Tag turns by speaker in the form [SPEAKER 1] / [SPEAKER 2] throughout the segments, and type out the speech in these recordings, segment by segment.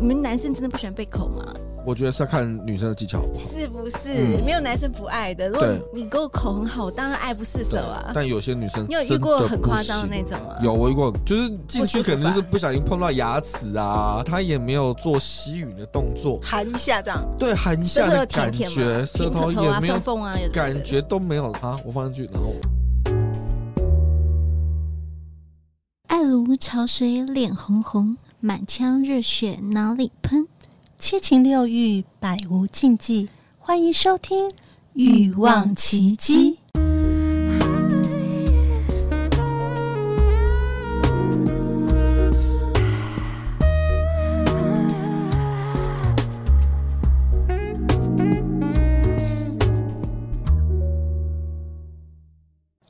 [SPEAKER 1] 你们男生真的不喜欢被口吗？
[SPEAKER 2] 我觉得是要看女生的技巧好不好。
[SPEAKER 1] 是不是？
[SPEAKER 2] 嗯
[SPEAKER 1] 没有男生不爱的。如果
[SPEAKER 2] 对
[SPEAKER 1] 你给我口很好，我当然爱不释手
[SPEAKER 2] 对
[SPEAKER 1] 啊。
[SPEAKER 2] 但有些女生
[SPEAKER 1] 你有
[SPEAKER 2] 真
[SPEAKER 1] 遇
[SPEAKER 2] 的
[SPEAKER 1] 过很
[SPEAKER 2] 不
[SPEAKER 1] 夸张的那
[SPEAKER 2] 行
[SPEAKER 1] 种吗？
[SPEAKER 2] 有，我遇过，就是进
[SPEAKER 1] 不舒
[SPEAKER 2] 去
[SPEAKER 1] 服
[SPEAKER 2] 可能就是
[SPEAKER 1] 吧
[SPEAKER 2] 不小心碰到牙齿啊，他也没有做吸吮的动作，
[SPEAKER 1] 含一下这样，
[SPEAKER 2] 对含一
[SPEAKER 1] 舌
[SPEAKER 2] 下
[SPEAKER 1] 头有
[SPEAKER 2] 的
[SPEAKER 1] 舔
[SPEAKER 2] 感
[SPEAKER 1] 舔
[SPEAKER 2] 觉，
[SPEAKER 1] 吗？
[SPEAKER 2] 舌
[SPEAKER 1] 舔
[SPEAKER 2] 头
[SPEAKER 1] 头
[SPEAKER 2] 也
[SPEAKER 1] 啊，
[SPEAKER 2] 没有
[SPEAKER 1] 缝缝啊，有的
[SPEAKER 2] 感。觉都没有啊，我放进去，然后
[SPEAKER 3] 爱如潮水，脸红红，满腔热血哪里喷？
[SPEAKER 4] 七情六欲，百无禁忌。欢迎收听《
[SPEAKER 3] 欲望奇迹》。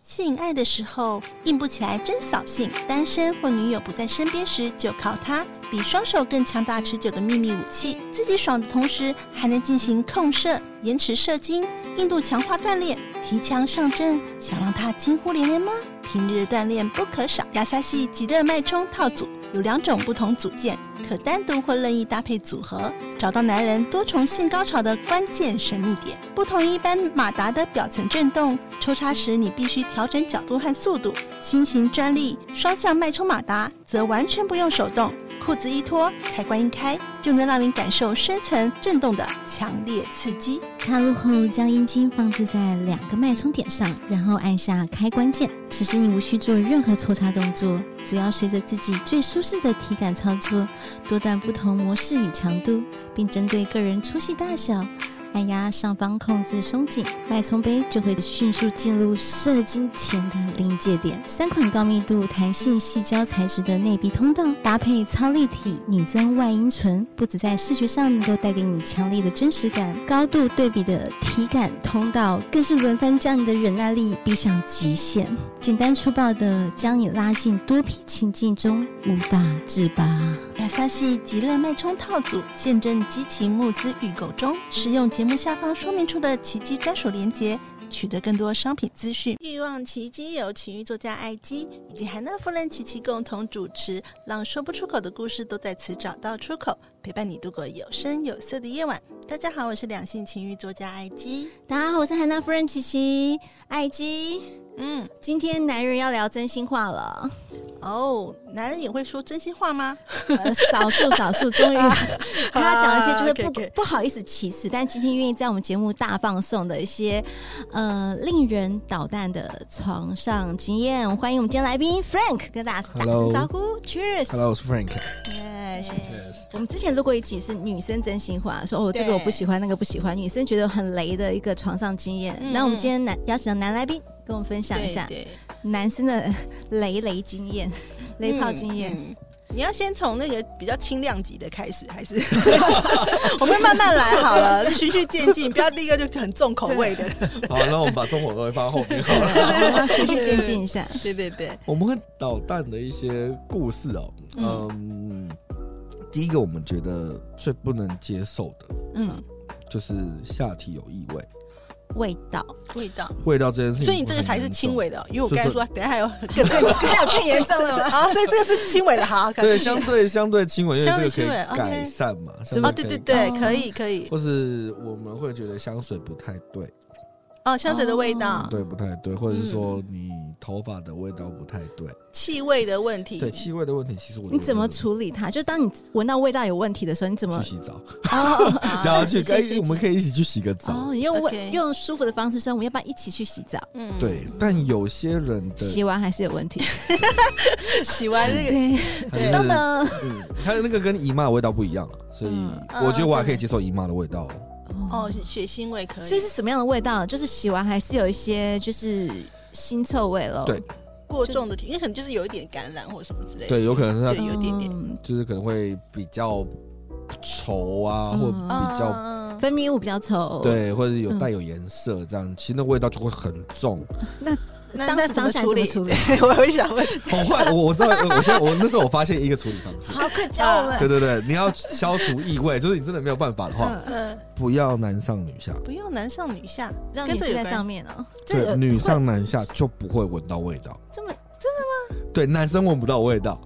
[SPEAKER 4] 性爱的时候硬不起来真扫兴，单身或女友不在身边时就靠它，比双手更强大持久的秘密武器。自己爽的同时，还能进行控射、延迟射精、硬度强化锻炼、提枪上阵。想让他惊呼连连吗？平日锻炼不可少。亚萨系极热脉冲套组有两种不同组件，可单独或任意搭配组合，找到男人多重性高潮的关键神秘点。不同于一般马达的表层震动，抽插时你必须调整角度和速度。新型专利双向脉冲马达则完全不用手动，裤子一脱，开关一开，就能让你感受深层震动的强烈刺激。
[SPEAKER 3] 插入后，将阴茎放置在两个脉冲点上，然后按下开关键。此时你无需做任何抽插动作，只要随着自己最舒适的体感操作，多段不同模式与强度，并针对个人粗细大小，按压上方控制松紧，脉冲杯就会迅速进入射精前的临界点。三款高密度弹性细胶材质的内壁通道，搭配超立体拧针外阴唇，不止在视觉上能够带给你强烈的真实感，高度对比的体感通道更是轮番将你的忍耐力逼向极限，简单粗暴的将你拉进多批情境中，无法自拔。
[SPEAKER 4] 亚萨系极乐脉冲套组现正激情募资预购中，使用节目下方说明处的奇迹专属链接。取得更多商品资讯，《欲望奇迹》由情欲作家艾姬以及韩娜夫人琪琪共同主持，让说不出口的故事都在此找到出口，陪伴你度过有声有色的夜晚。大家好，我是两性情欲作家艾姬。
[SPEAKER 3] 大家好，我是韩娜夫人琪琪，爱姬。
[SPEAKER 4] 嗯，
[SPEAKER 3] 今天男人要聊真心话了，
[SPEAKER 4] 哦，男人也会说真心话吗？
[SPEAKER 3] 呃少数少数， 终于他讲一些就是不、
[SPEAKER 4] OK，OK
[SPEAKER 3] 不好意思歧视，但今天愿意在我们节目大放送的一些呃令人捣蛋的床上经验。欢迎我们今天来宾 Frank 跟大家打声
[SPEAKER 2] Hello
[SPEAKER 3] 招呼，Cheers！
[SPEAKER 2] ，Hello，我是 Frank，
[SPEAKER 4] 哎
[SPEAKER 3] 耶我们之前录过一集是女生真心话，说哦这个
[SPEAKER 4] 对
[SPEAKER 3] 我不喜欢，那个不喜欢，女生觉得很雷的一个床上经验。
[SPEAKER 4] 嗯
[SPEAKER 3] 那我们
[SPEAKER 4] 嗯
[SPEAKER 3] 今天男邀请到男来宾跟我们分享一下。
[SPEAKER 4] 对对
[SPEAKER 3] 男生的雷雷经 验、雷炮经验。
[SPEAKER 4] 嗯嗯你要先从那个比较轻量级的开始，还 是我们慢慢来好了，循序渐进，不要第一个就很重口味的。
[SPEAKER 2] 好，那我们把中火都放后面好了。
[SPEAKER 3] 要循序渐进一下，
[SPEAKER 4] 对对对，
[SPEAKER 2] 我们会捣蛋的一些故事哦，嗯，第一个我们觉得最不能接受的
[SPEAKER 4] 嗯，
[SPEAKER 2] 就是下体有异味，
[SPEAKER 3] 味道
[SPEAKER 4] 味道。
[SPEAKER 2] 味道这件事情，
[SPEAKER 4] 所以你这个才是轻微。的哦，因为我
[SPEAKER 2] 是
[SPEAKER 4] 刚才
[SPEAKER 2] 是
[SPEAKER 4] 说等一下还 有更更
[SPEAKER 3] 还有更严重的吗？
[SPEAKER 4] 啊，所以这个 是轻微的，好，可
[SPEAKER 2] 对，
[SPEAKER 4] 以继续
[SPEAKER 2] 相对相对轻微，因为
[SPEAKER 4] 相
[SPEAKER 2] 这个可以
[SPEAKER 4] 对轻微，OK
[SPEAKER 2] 改善嘛。相
[SPEAKER 4] 哦，
[SPEAKER 2] 可
[SPEAKER 4] 对
[SPEAKER 2] 以
[SPEAKER 4] 对
[SPEAKER 2] 改
[SPEAKER 4] 对，
[SPEAKER 3] 哦
[SPEAKER 4] 可以可以，
[SPEAKER 2] 或是我们会觉得香水不太对，
[SPEAKER 4] 哦，香水的味道，
[SPEAKER 2] 对不太对，或者是
[SPEAKER 4] 嗯
[SPEAKER 2] 说你头发的味道不太对，
[SPEAKER 4] 气味的问题，
[SPEAKER 2] 对气味的问题，其实我
[SPEAKER 3] 你怎么
[SPEAKER 2] 出
[SPEAKER 3] 处理它？就当你闻到味道有问题的时候，你怎么
[SPEAKER 2] 去？洗澡？
[SPEAKER 3] 哦
[SPEAKER 4] 啊
[SPEAKER 2] 假如去，
[SPEAKER 4] 谢谢
[SPEAKER 2] 哎，我们可以一起去洗个澡
[SPEAKER 3] 哦，。你用
[SPEAKER 4] OK
[SPEAKER 3] 味用舒服的方式说，我们要不要一起去洗澡？
[SPEAKER 4] 嗯
[SPEAKER 2] 对，但有些人的
[SPEAKER 3] 洗完还是有问题。
[SPEAKER 4] 洗完这个
[SPEAKER 3] 对，
[SPEAKER 2] 他就是
[SPEAKER 3] 等等。
[SPEAKER 2] 嗯，它的那个跟姨妈的味道不一样啊，所以
[SPEAKER 3] 嗯
[SPEAKER 2] 我觉得我还可以接受姨妈的味道哦。
[SPEAKER 4] 哦，血腥味可以，
[SPEAKER 3] 所以是什么样的味道？就是洗完还是有一些就是腥臭味喽。
[SPEAKER 2] 对
[SPEAKER 4] 过重的体，因为可能就是有一点感染或什么之类的，
[SPEAKER 2] 对，有可能是它
[SPEAKER 4] 对有一点点
[SPEAKER 3] 嗯
[SPEAKER 2] 就是可能会比较稠啊，或
[SPEAKER 3] 嗯
[SPEAKER 2] 比较
[SPEAKER 4] 嗯
[SPEAKER 3] 分泌物比较稠。，
[SPEAKER 2] 对，或者有
[SPEAKER 3] 嗯
[SPEAKER 2] 带有颜色这样，其实那味道就会很重。
[SPEAKER 4] 嗯那
[SPEAKER 3] 当
[SPEAKER 4] 那
[SPEAKER 3] 时
[SPEAKER 4] 怎
[SPEAKER 3] 当
[SPEAKER 4] 么
[SPEAKER 3] 下
[SPEAKER 4] 处
[SPEAKER 3] 怎么
[SPEAKER 4] 理？
[SPEAKER 3] 处理
[SPEAKER 4] 对 我会想问，
[SPEAKER 2] 好坏，我我知道，我现在我那时候我发现一个处理方式，
[SPEAKER 3] 好，快教我们。
[SPEAKER 2] 对对对，你要消除异味，就是你真的没有办法的话，
[SPEAKER 3] 嗯
[SPEAKER 4] 嗯，
[SPEAKER 2] 不要男上女下，
[SPEAKER 4] 不用男上女下，
[SPEAKER 3] 让
[SPEAKER 4] 跟
[SPEAKER 3] 女
[SPEAKER 4] 这
[SPEAKER 3] 生
[SPEAKER 4] 有
[SPEAKER 3] 在
[SPEAKER 4] 关
[SPEAKER 3] 上面哦。
[SPEAKER 4] 这
[SPEAKER 2] 对，
[SPEAKER 4] 有
[SPEAKER 2] 女上男下就不会闻到味道，
[SPEAKER 3] 这么
[SPEAKER 2] 对，男生闻不到味道，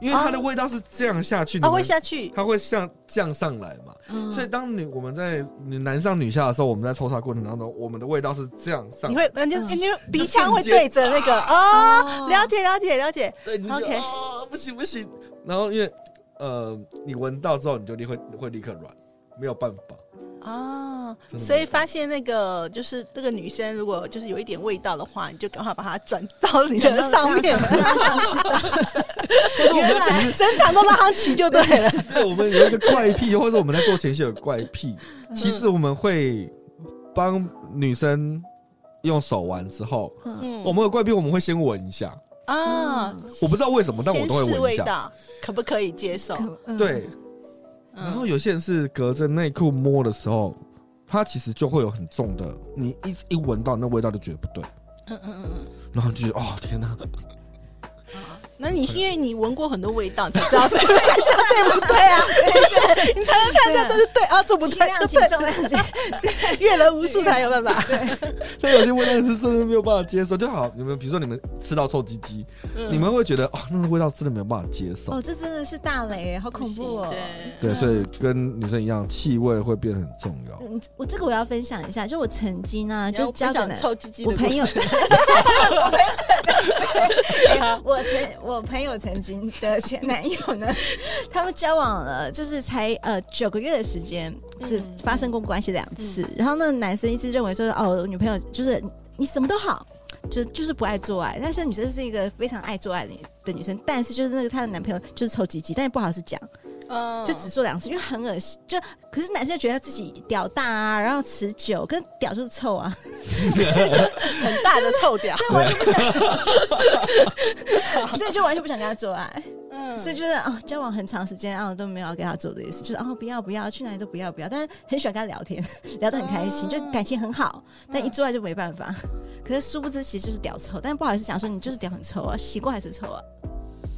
[SPEAKER 2] 因为它的味道是这样下去，你
[SPEAKER 4] 哦，
[SPEAKER 2] 们
[SPEAKER 4] 会下去，
[SPEAKER 2] 它会像降上来嘛。
[SPEAKER 3] 嗯
[SPEAKER 2] 所以当你我们在你男上女下的时候，我们在抽查过程当中，我们的味道是这样上
[SPEAKER 4] 你
[SPEAKER 2] 来，
[SPEAKER 4] 会，呃你就
[SPEAKER 3] 嗯
[SPEAKER 4] 你就鼻腔会对着那个哦，了解了解了解，
[SPEAKER 2] 对，你就
[SPEAKER 4] OK
[SPEAKER 2] 啊不行不行。然后因为呃，你闻到之后，你就立刻会立刻软，没有办法。
[SPEAKER 4] 哦，
[SPEAKER 2] 真的
[SPEAKER 4] 所以发现那个就是那个女生，如果就是有一点味道的话，你就赶快把它转到你的上面，原来整场都让它骑就对了。
[SPEAKER 2] 对，我们有一个怪癖，或者我们在做前戏有怪癖，
[SPEAKER 4] 嗯
[SPEAKER 2] 其实我们会帮女生用手玩之后，我
[SPEAKER 4] 嗯
[SPEAKER 2] 们有怪癖，我们会先闻一下。
[SPEAKER 4] 啊，
[SPEAKER 2] 我不知道为什么，但我
[SPEAKER 4] 先
[SPEAKER 2] 都会
[SPEAKER 4] 试
[SPEAKER 2] 闻一
[SPEAKER 4] 味
[SPEAKER 2] 下。
[SPEAKER 4] 道，嗯可不可以接受？
[SPEAKER 3] 嗯
[SPEAKER 2] 对，然后有些人是隔着内裤摸的时候，它其实就会有很重的，你一一闻到那味道就觉得不对，
[SPEAKER 4] 嗯嗯嗯嗯，
[SPEAKER 2] 然后你就觉得哦天哪，
[SPEAKER 4] 那你因为你闻过很多味道，你才知道对不对，对不 对啊？你才能判断这是对啊，这不
[SPEAKER 3] 轻
[SPEAKER 4] 对，
[SPEAKER 3] 量
[SPEAKER 4] 这
[SPEAKER 3] 级
[SPEAKER 4] 不对，
[SPEAKER 3] 重量级，
[SPEAKER 4] 阅人无数才有办法。
[SPEAKER 2] 但有些味道是真的没有办法接受。就好，你们比如说你们吃到臭鸡鸡，
[SPEAKER 3] 嗯
[SPEAKER 2] 你们会觉得哦那个味道真的没有办法接受
[SPEAKER 3] 哦，。这真的是大雷，好恐怖哦。
[SPEAKER 4] 对，
[SPEAKER 2] 对，所以跟女生一样，气味会变得很重要。
[SPEAKER 5] 嗯，我这个我要分享一下，就我曾经
[SPEAKER 3] 啊
[SPEAKER 5] 呢、
[SPEAKER 4] 就
[SPEAKER 5] 就交给
[SPEAKER 4] 讲
[SPEAKER 5] 男
[SPEAKER 4] 臭鸡鸡
[SPEAKER 5] 我
[SPEAKER 4] 的故
[SPEAKER 5] 朋友
[SPEAKER 4] 事，
[SPEAKER 3] 我曾我朋友曾经的前男友呢，他们交往了，就是才呃九个月的时间，只
[SPEAKER 4] 嗯
[SPEAKER 3] 发生过关系两次。然后那男生一直认为说，哦，我女朋友就是你什么都好，就就是不爱做爱。但是女生是一个非常爱做爱的女的女生，但是就是那个她的男朋友就是臭鸡鸡，但是不好意思讲，
[SPEAKER 4] 嗯
[SPEAKER 3] 就只做两次，因为很恶心。就可是男生就觉得他自己屌大啊，然后持久，跟屌就是臭 啊。
[SPEAKER 4] 很大的臭屌，
[SPEAKER 3] 所以就完全不想跟他做爱，
[SPEAKER 4] 嗯
[SPEAKER 3] 所以就是哦，交往很长时间，啊，都没有要跟他做这件事，就是哦不要不要，去哪里都不要不要，但是很喜欢跟他聊天，聊得很开心，
[SPEAKER 4] 嗯
[SPEAKER 3] 就感情很好，但一做爱就没办法。可是殊不知其实就是屌臭，但不好意思讲说你就是屌很臭啊，洗过还是臭啊，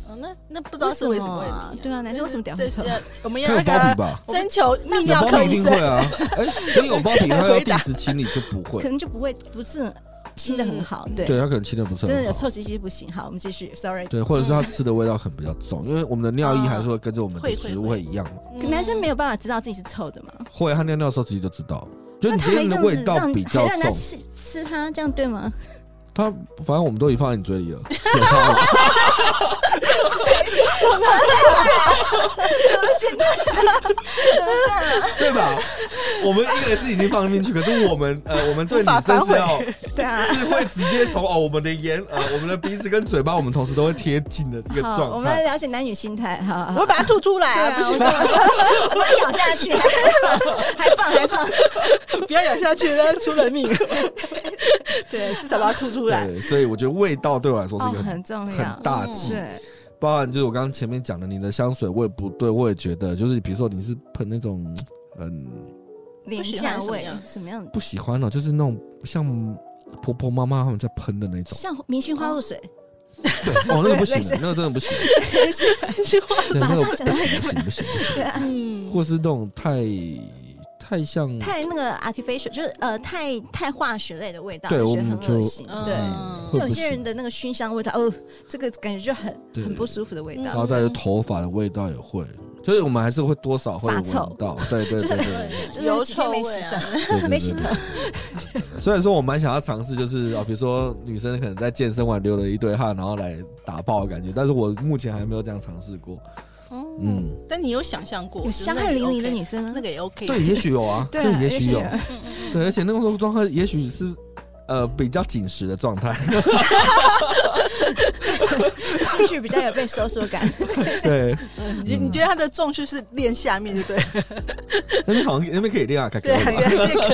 [SPEAKER 4] 哦那那不知道是为什么
[SPEAKER 3] 为
[SPEAKER 4] 问
[SPEAKER 3] 什么啊
[SPEAKER 4] 题啊？
[SPEAKER 3] 对啊男生为什么屌
[SPEAKER 4] 这
[SPEAKER 3] 很丑
[SPEAKER 4] 这这我们要
[SPEAKER 2] 还有
[SPEAKER 4] 那
[SPEAKER 2] 包皮
[SPEAKER 4] 个
[SPEAKER 2] 吧？
[SPEAKER 4] 征求泌
[SPEAKER 2] 有
[SPEAKER 4] 尿
[SPEAKER 2] 包
[SPEAKER 4] 科
[SPEAKER 2] 皮一
[SPEAKER 4] 医
[SPEAKER 2] 定
[SPEAKER 4] 生
[SPEAKER 2] 会，啊！哎，你有包皮，他要
[SPEAKER 4] 回
[SPEAKER 2] 第
[SPEAKER 4] 答
[SPEAKER 2] 十清理就不
[SPEAKER 3] 可
[SPEAKER 2] 会。
[SPEAKER 3] 能就不会不是很亲的很好，
[SPEAKER 4] 嗯
[SPEAKER 3] 对，
[SPEAKER 2] 对他可能清理不是
[SPEAKER 3] 真的
[SPEAKER 2] 很
[SPEAKER 3] 有
[SPEAKER 2] 好。
[SPEAKER 3] 臭鸡鸡不行。好，我们继续，sorry。
[SPEAKER 2] 对，或者是他吃的味道很比较重，因为我们的尿液还是会跟着我们
[SPEAKER 4] 会
[SPEAKER 2] 的
[SPEAKER 4] 会
[SPEAKER 2] 食物会一样嘛。
[SPEAKER 3] 可男生没有办法知道自己是臭的嘛？
[SPEAKER 2] 会，他尿尿的时候自己就知道，就
[SPEAKER 3] 嗯那
[SPEAKER 2] 你
[SPEAKER 3] 他还
[SPEAKER 2] 今天
[SPEAKER 3] 这
[SPEAKER 2] 的
[SPEAKER 3] 样
[SPEAKER 2] 味
[SPEAKER 3] 子
[SPEAKER 2] 道
[SPEAKER 3] 让
[SPEAKER 2] 比
[SPEAKER 3] 还
[SPEAKER 2] 较
[SPEAKER 3] 让人家
[SPEAKER 2] 重。
[SPEAKER 3] 吃吃它，这样对 吗？
[SPEAKER 2] 他反正我们都已经放在你嘴 里了，
[SPEAKER 3] 什么心态？怎么这样啊？
[SPEAKER 2] 对吧？我们一个人是已经放进去，可是我们呃，我们对
[SPEAKER 4] 无
[SPEAKER 2] 女
[SPEAKER 4] 法
[SPEAKER 2] 生是
[SPEAKER 4] 反悔
[SPEAKER 2] 要
[SPEAKER 3] 对啊。
[SPEAKER 2] 是会直接从哦我们的眼呃我们的鼻子跟嘴巴，我们同时都会贴近的一个
[SPEAKER 3] 好，我
[SPEAKER 2] 状
[SPEAKER 3] 们来
[SPEAKER 2] 态。
[SPEAKER 3] 了解男女心态。好好
[SPEAKER 4] 我
[SPEAKER 3] 好，
[SPEAKER 4] 会把它吐出来嗯啊！不 行，
[SPEAKER 3] 我们咬下去，还放还放还放，
[SPEAKER 4] 不要咬下去，那出人命。 对，至少把它吐出来。
[SPEAKER 2] 对，所以我觉得味道对我来说是一
[SPEAKER 3] 哦，
[SPEAKER 2] 个很
[SPEAKER 3] 很重要
[SPEAKER 2] 很。大
[SPEAKER 4] 嗯
[SPEAKER 2] 忌。
[SPEAKER 3] 对，
[SPEAKER 2] 包含就是我刚刚前面讲的，你的香水味不对，我也觉得就是比如说你是喷那种嗯
[SPEAKER 3] 廉
[SPEAKER 4] 喜
[SPEAKER 3] 价
[SPEAKER 4] 欢什么
[SPEAKER 3] 味
[SPEAKER 4] 样
[SPEAKER 3] 什么样的？
[SPEAKER 2] 不喜欢哦，就是那种像婆婆妈妈他们在喷的那种，
[SPEAKER 3] 像明星花露 水，
[SPEAKER 2] 对，哦那个不行
[SPEAKER 3] 类似，
[SPEAKER 2] 那个真的不行，对，那
[SPEAKER 3] 马
[SPEAKER 2] 个
[SPEAKER 3] 上
[SPEAKER 2] 不
[SPEAKER 3] 讲到一
[SPEAKER 2] 行不行不行，
[SPEAKER 3] 对啊，
[SPEAKER 4] 嗯，
[SPEAKER 2] 或是那种太太像
[SPEAKER 3] 太那个 artificial，就是呃太太化学类的味道，
[SPEAKER 2] 对
[SPEAKER 3] 就
[SPEAKER 2] 我
[SPEAKER 3] 觉得
[SPEAKER 2] 们
[SPEAKER 3] 很
[SPEAKER 2] 就
[SPEAKER 3] 恶心。
[SPEAKER 4] 嗯
[SPEAKER 3] 对，因
[SPEAKER 2] 会
[SPEAKER 3] 为
[SPEAKER 2] 不
[SPEAKER 3] 有些
[SPEAKER 2] 行
[SPEAKER 3] 人的那个熏香味道，哦，这个感觉就很
[SPEAKER 2] 对
[SPEAKER 3] 很不舒服的味
[SPEAKER 2] 然
[SPEAKER 3] 道。
[SPEAKER 2] 后再有头发的味道也会，所以我们还是会多少会
[SPEAKER 3] 发
[SPEAKER 2] 闻
[SPEAKER 3] 臭
[SPEAKER 2] 到，对对对对
[SPEAKER 3] 就是
[SPEAKER 4] 油
[SPEAKER 3] 几天
[SPEAKER 4] 臭
[SPEAKER 3] 没
[SPEAKER 4] 味
[SPEAKER 3] 洗澡
[SPEAKER 4] 啊，，
[SPEAKER 2] 对对
[SPEAKER 3] 没
[SPEAKER 2] 对
[SPEAKER 3] 洗
[SPEAKER 2] 对
[SPEAKER 3] 头
[SPEAKER 2] 对。虽然说我蛮想要尝试，就是啊，比如说女生可能在健身完流了一堆汗，然后来打爆的感觉，但是我目前还没有这样尝试过。
[SPEAKER 4] 嗯，
[SPEAKER 2] 嗯，
[SPEAKER 4] 但你有想象过
[SPEAKER 3] 有伤害淋漓的女生呢
[SPEAKER 4] 那，个也 OK，
[SPEAKER 2] 对，也许有啊，
[SPEAKER 3] 对
[SPEAKER 2] 这
[SPEAKER 3] 啊
[SPEAKER 2] 也许有
[SPEAKER 3] 也许，
[SPEAKER 2] 对，而且那个时候状态也许是呃比较紧实的 状态，
[SPEAKER 3] 情绪比较有被收缩感。
[SPEAKER 2] 对，
[SPEAKER 3] 嗯
[SPEAKER 2] 嗯
[SPEAKER 4] 你觉你觉得他的重视是练下面，对不对？
[SPEAKER 2] 那边好像那边可以练啊，可以
[SPEAKER 4] 对，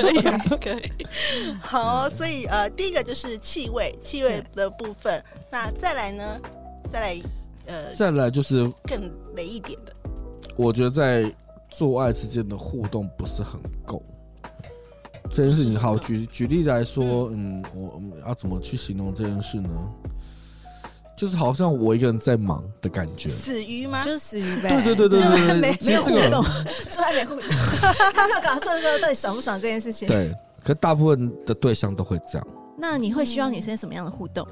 [SPEAKER 2] 可以吧
[SPEAKER 4] 对，可以，可以。好，所以呃，第一个就是气味，气味的部分。那再来呢？再来呃，
[SPEAKER 2] 再来就是
[SPEAKER 4] 更雷一点的，
[SPEAKER 2] 我觉得在做爱之间的互动不是很够。这件事情好举举例来说，嗯，我嗯要怎么去形容这件事呢？就是好像我一个人在忙的感觉。
[SPEAKER 4] 死鱼 吗？
[SPEAKER 3] 就是死鱼呗。
[SPEAKER 2] 对对对对对对，其
[SPEAKER 3] 没
[SPEAKER 2] 实
[SPEAKER 3] 有互
[SPEAKER 2] 这个
[SPEAKER 3] 动，做爱没互动， 没有搞错说到底爽不爽这件事情。
[SPEAKER 2] 对，可大部分的对象都会这样。
[SPEAKER 4] 嗯
[SPEAKER 3] 那你会希望女生什么样的互动？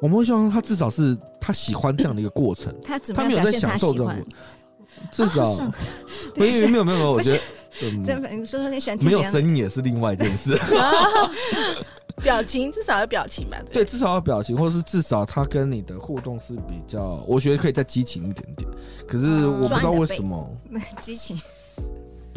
[SPEAKER 2] 我们会希望他至少是他喜欢这样的一个过程，
[SPEAKER 3] 他怎么
[SPEAKER 2] 他
[SPEAKER 3] 样
[SPEAKER 2] 没有
[SPEAKER 3] 表
[SPEAKER 2] 在
[SPEAKER 3] 现
[SPEAKER 2] 享
[SPEAKER 3] 他
[SPEAKER 2] 受
[SPEAKER 3] 喜
[SPEAKER 2] 这
[SPEAKER 3] 欢
[SPEAKER 2] 种？，至少、
[SPEAKER 3] 啊
[SPEAKER 2] 没
[SPEAKER 3] 对
[SPEAKER 2] 有没有没有没有，我
[SPEAKER 3] 不
[SPEAKER 2] 觉
[SPEAKER 3] 是
[SPEAKER 2] 得、嗯
[SPEAKER 3] 真你说说你喜欢听
[SPEAKER 2] 没有
[SPEAKER 3] 别人
[SPEAKER 2] 声音也是另外一件事。
[SPEAKER 4] 表情至少要表情吧？
[SPEAKER 2] 对，至少要表情，或是至少他跟你的互动是比较，我觉得可以再激情一点点。可是
[SPEAKER 4] 嗯。
[SPEAKER 2] 我不知道
[SPEAKER 3] 抓你的
[SPEAKER 2] 为
[SPEAKER 3] 背
[SPEAKER 2] 什么，
[SPEAKER 3] 那激情，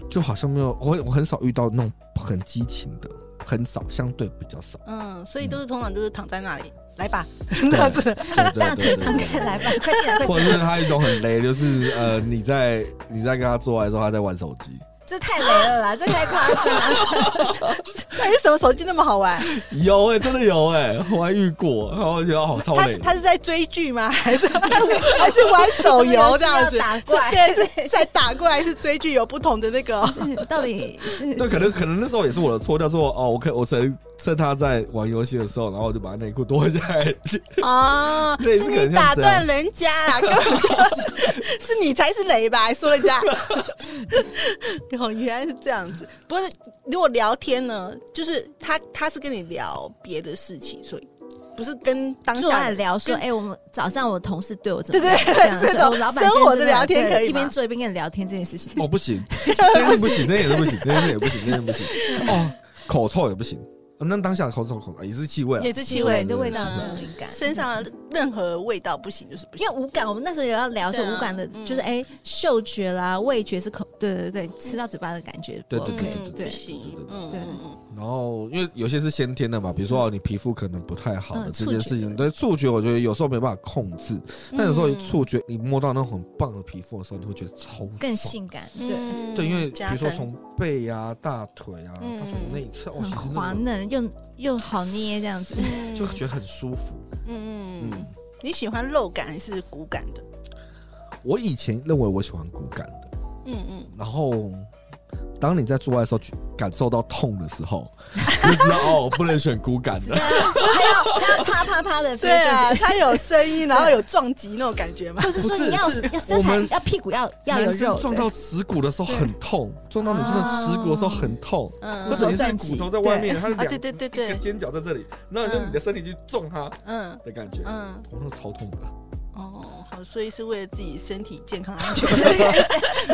[SPEAKER 2] 就好像没有我我很少遇到那种很激情的，很少，相对比较少
[SPEAKER 4] 嗯，所以都是通常都是躺在那里，来吧，
[SPEAKER 2] 对
[SPEAKER 4] 这 样子。
[SPEAKER 2] 对对
[SPEAKER 3] 大
[SPEAKER 2] 对
[SPEAKER 3] 腿
[SPEAKER 2] 对
[SPEAKER 3] 张开来吧，快进来，快
[SPEAKER 2] 或
[SPEAKER 3] 进
[SPEAKER 2] 者
[SPEAKER 3] 来，
[SPEAKER 2] 是他一种很累，就是呃，你在你在跟他做爱的时候，他在玩手机，
[SPEAKER 3] 这太雷了啦，这太夸张了。
[SPEAKER 4] 那你什么手机那么好玩？
[SPEAKER 2] 有哎、真的有哎、我还遇过，然后我觉得好超
[SPEAKER 4] 他
[SPEAKER 2] 累
[SPEAKER 4] 是。他是在追剧吗？ 还是还是玩手游这样 子？
[SPEAKER 3] 为什么要打怪
[SPEAKER 4] 是对，是在打怪还是追剧？有不同的那 个哦、
[SPEAKER 3] 是到底是
[SPEAKER 2] 对，可能可能那时候也是我的错，叫做哦，我可我曾趁他在玩游戏的时候，然后我就把他内裤脱下来，
[SPEAKER 4] 哦，
[SPEAKER 2] 对
[SPEAKER 4] 是
[SPEAKER 2] 是可能像
[SPEAKER 4] 你打
[SPEAKER 2] 这样
[SPEAKER 4] 断人家啦，根本就是是你才是雷吧？还说人 家，哦，原来是这样子。不是，如果聊天呢，就是他他是跟你聊别的事情，所以不是跟当
[SPEAKER 3] 做
[SPEAKER 4] 下
[SPEAKER 3] 爱
[SPEAKER 4] 的
[SPEAKER 3] 聊说，
[SPEAKER 4] 跟
[SPEAKER 3] 哎、我们早上我同事对我怎么
[SPEAKER 4] 对
[SPEAKER 3] 样
[SPEAKER 4] 对
[SPEAKER 3] 这样
[SPEAKER 4] 是
[SPEAKER 3] 子，
[SPEAKER 4] 的
[SPEAKER 3] 我老板
[SPEAKER 4] 生
[SPEAKER 3] 今天
[SPEAKER 4] 活
[SPEAKER 3] 真
[SPEAKER 4] 的
[SPEAKER 3] 的
[SPEAKER 4] 聊天
[SPEAKER 3] 对
[SPEAKER 4] 可以
[SPEAKER 3] 一边
[SPEAKER 4] 吗
[SPEAKER 3] 做一边跟你聊天这件事情，
[SPEAKER 2] 哦，不 行，真的不行，真的也不行，真的也不行，真的也不行。哦，口臭也不行，呃那当下口臭口臭也是气味啊，
[SPEAKER 4] 也是气
[SPEAKER 2] 味
[SPEAKER 4] 味，
[SPEAKER 3] 你对味道
[SPEAKER 2] 是
[SPEAKER 3] 很
[SPEAKER 2] 的
[SPEAKER 3] 有敏感，嗯
[SPEAKER 4] 身上的任何味道不行，就是不行
[SPEAKER 3] 因。为无感，我们那时候也要聊说
[SPEAKER 4] 对啊
[SPEAKER 3] 无感的，
[SPEAKER 4] 嗯
[SPEAKER 3] 就是哎、嗅觉啦、味觉是口，对对对，吃到嘴巴的感觉不
[SPEAKER 2] 对
[SPEAKER 3] OK，
[SPEAKER 2] 对
[SPEAKER 4] 嗯
[SPEAKER 2] 对
[SPEAKER 4] 不行，嗯
[SPEAKER 3] 对
[SPEAKER 4] 嗯嗯
[SPEAKER 2] 然后因为有些是先天的嘛，比如说哦你皮肤可能不太好的
[SPEAKER 3] 嗯
[SPEAKER 2] 这
[SPEAKER 3] 触
[SPEAKER 2] 件
[SPEAKER 3] 觉
[SPEAKER 2] 事情，对触觉我觉得有时候没办法控制，但有时
[SPEAKER 3] 嗯
[SPEAKER 2] 候触觉你摸到那种很棒的皮肤的时候，你会觉得超
[SPEAKER 3] 更
[SPEAKER 2] 爽。
[SPEAKER 3] 性感，对，
[SPEAKER 4] 嗯
[SPEAKER 2] 对，因为比
[SPEAKER 4] 加
[SPEAKER 2] 如说
[SPEAKER 4] 分
[SPEAKER 2] 从背啊、大腿啊、大
[SPEAKER 4] 嗯
[SPEAKER 2] 腿内侧，哦，
[SPEAKER 3] 很
[SPEAKER 2] 其实
[SPEAKER 3] 滑
[SPEAKER 2] 那
[SPEAKER 3] 嫩
[SPEAKER 2] 种
[SPEAKER 3] 又又好捏这样 子。
[SPEAKER 4] 嗯
[SPEAKER 2] 就觉得很舒服。
[SPEAKER 4] 嗯嗯
[SPEAKER 2] 嗯
[SPEAKER 4] 嗯，，你喜欢肉感还是骨感的？
[SPEAKER 2] 我以前认为我喜欢骨感的。
[SPEAKER 4] 嗯嗯，
[SPEAKER 2] 然后，当你在做爱的时候感受到痛的时 候，你就知道哦，我不能选骨感的。
[SPEAKER 3] 还要啪啪 啪的，
[SPEAKER 4] 对啊，，它有声音，然后有撞击那种感觉嘛。
[SPEAKER 3] 或 者说
[SPEAKER 2] 不是
[SPEAKER 3] 你要
[SPEAKER 2] 是
[SPEAKER 3] 要
[SPEAKER 2] 我
[SPEAKER 3] 身材
[SPEAKER 2] 们
[SPEAKER 3] 要屁股要要有
[SPEAKER 2] 男生
[SPEAKER 3] 肉，
[SPEAKER 2] 撞
[SPEAKER 3] 对
[SPEAKER 2] 到耻骨的时候很痛，撞到女生的耻骨的时候很痛，
[SPEAKER 4] 嗯
[SPEAKER 2] 那
[SPEAKER 3] 头
[SPEAKER 2] 等于是
[SPEAKER 3] 撞击
[SPEAKER 2] 骨头在外面，它的
[SPEAKER 4] 啊，
[SPEAKER 2] 两
[SPEAKER 4] 对对对
[SPEAKER 2] 一个
[SPEAKER 4] 对，
[SPEAKER 2] 尖角在这里，那就你的身体去撞它
[SPEAKER 4] 嗯
[SPEAKER 2] 的感觉，
[SPEAKER 4] 嗯，
[SPEAKER 2] 我那超痛的。
[SPEAKER 4] 哦，好，所以是为了自己身体健康安全。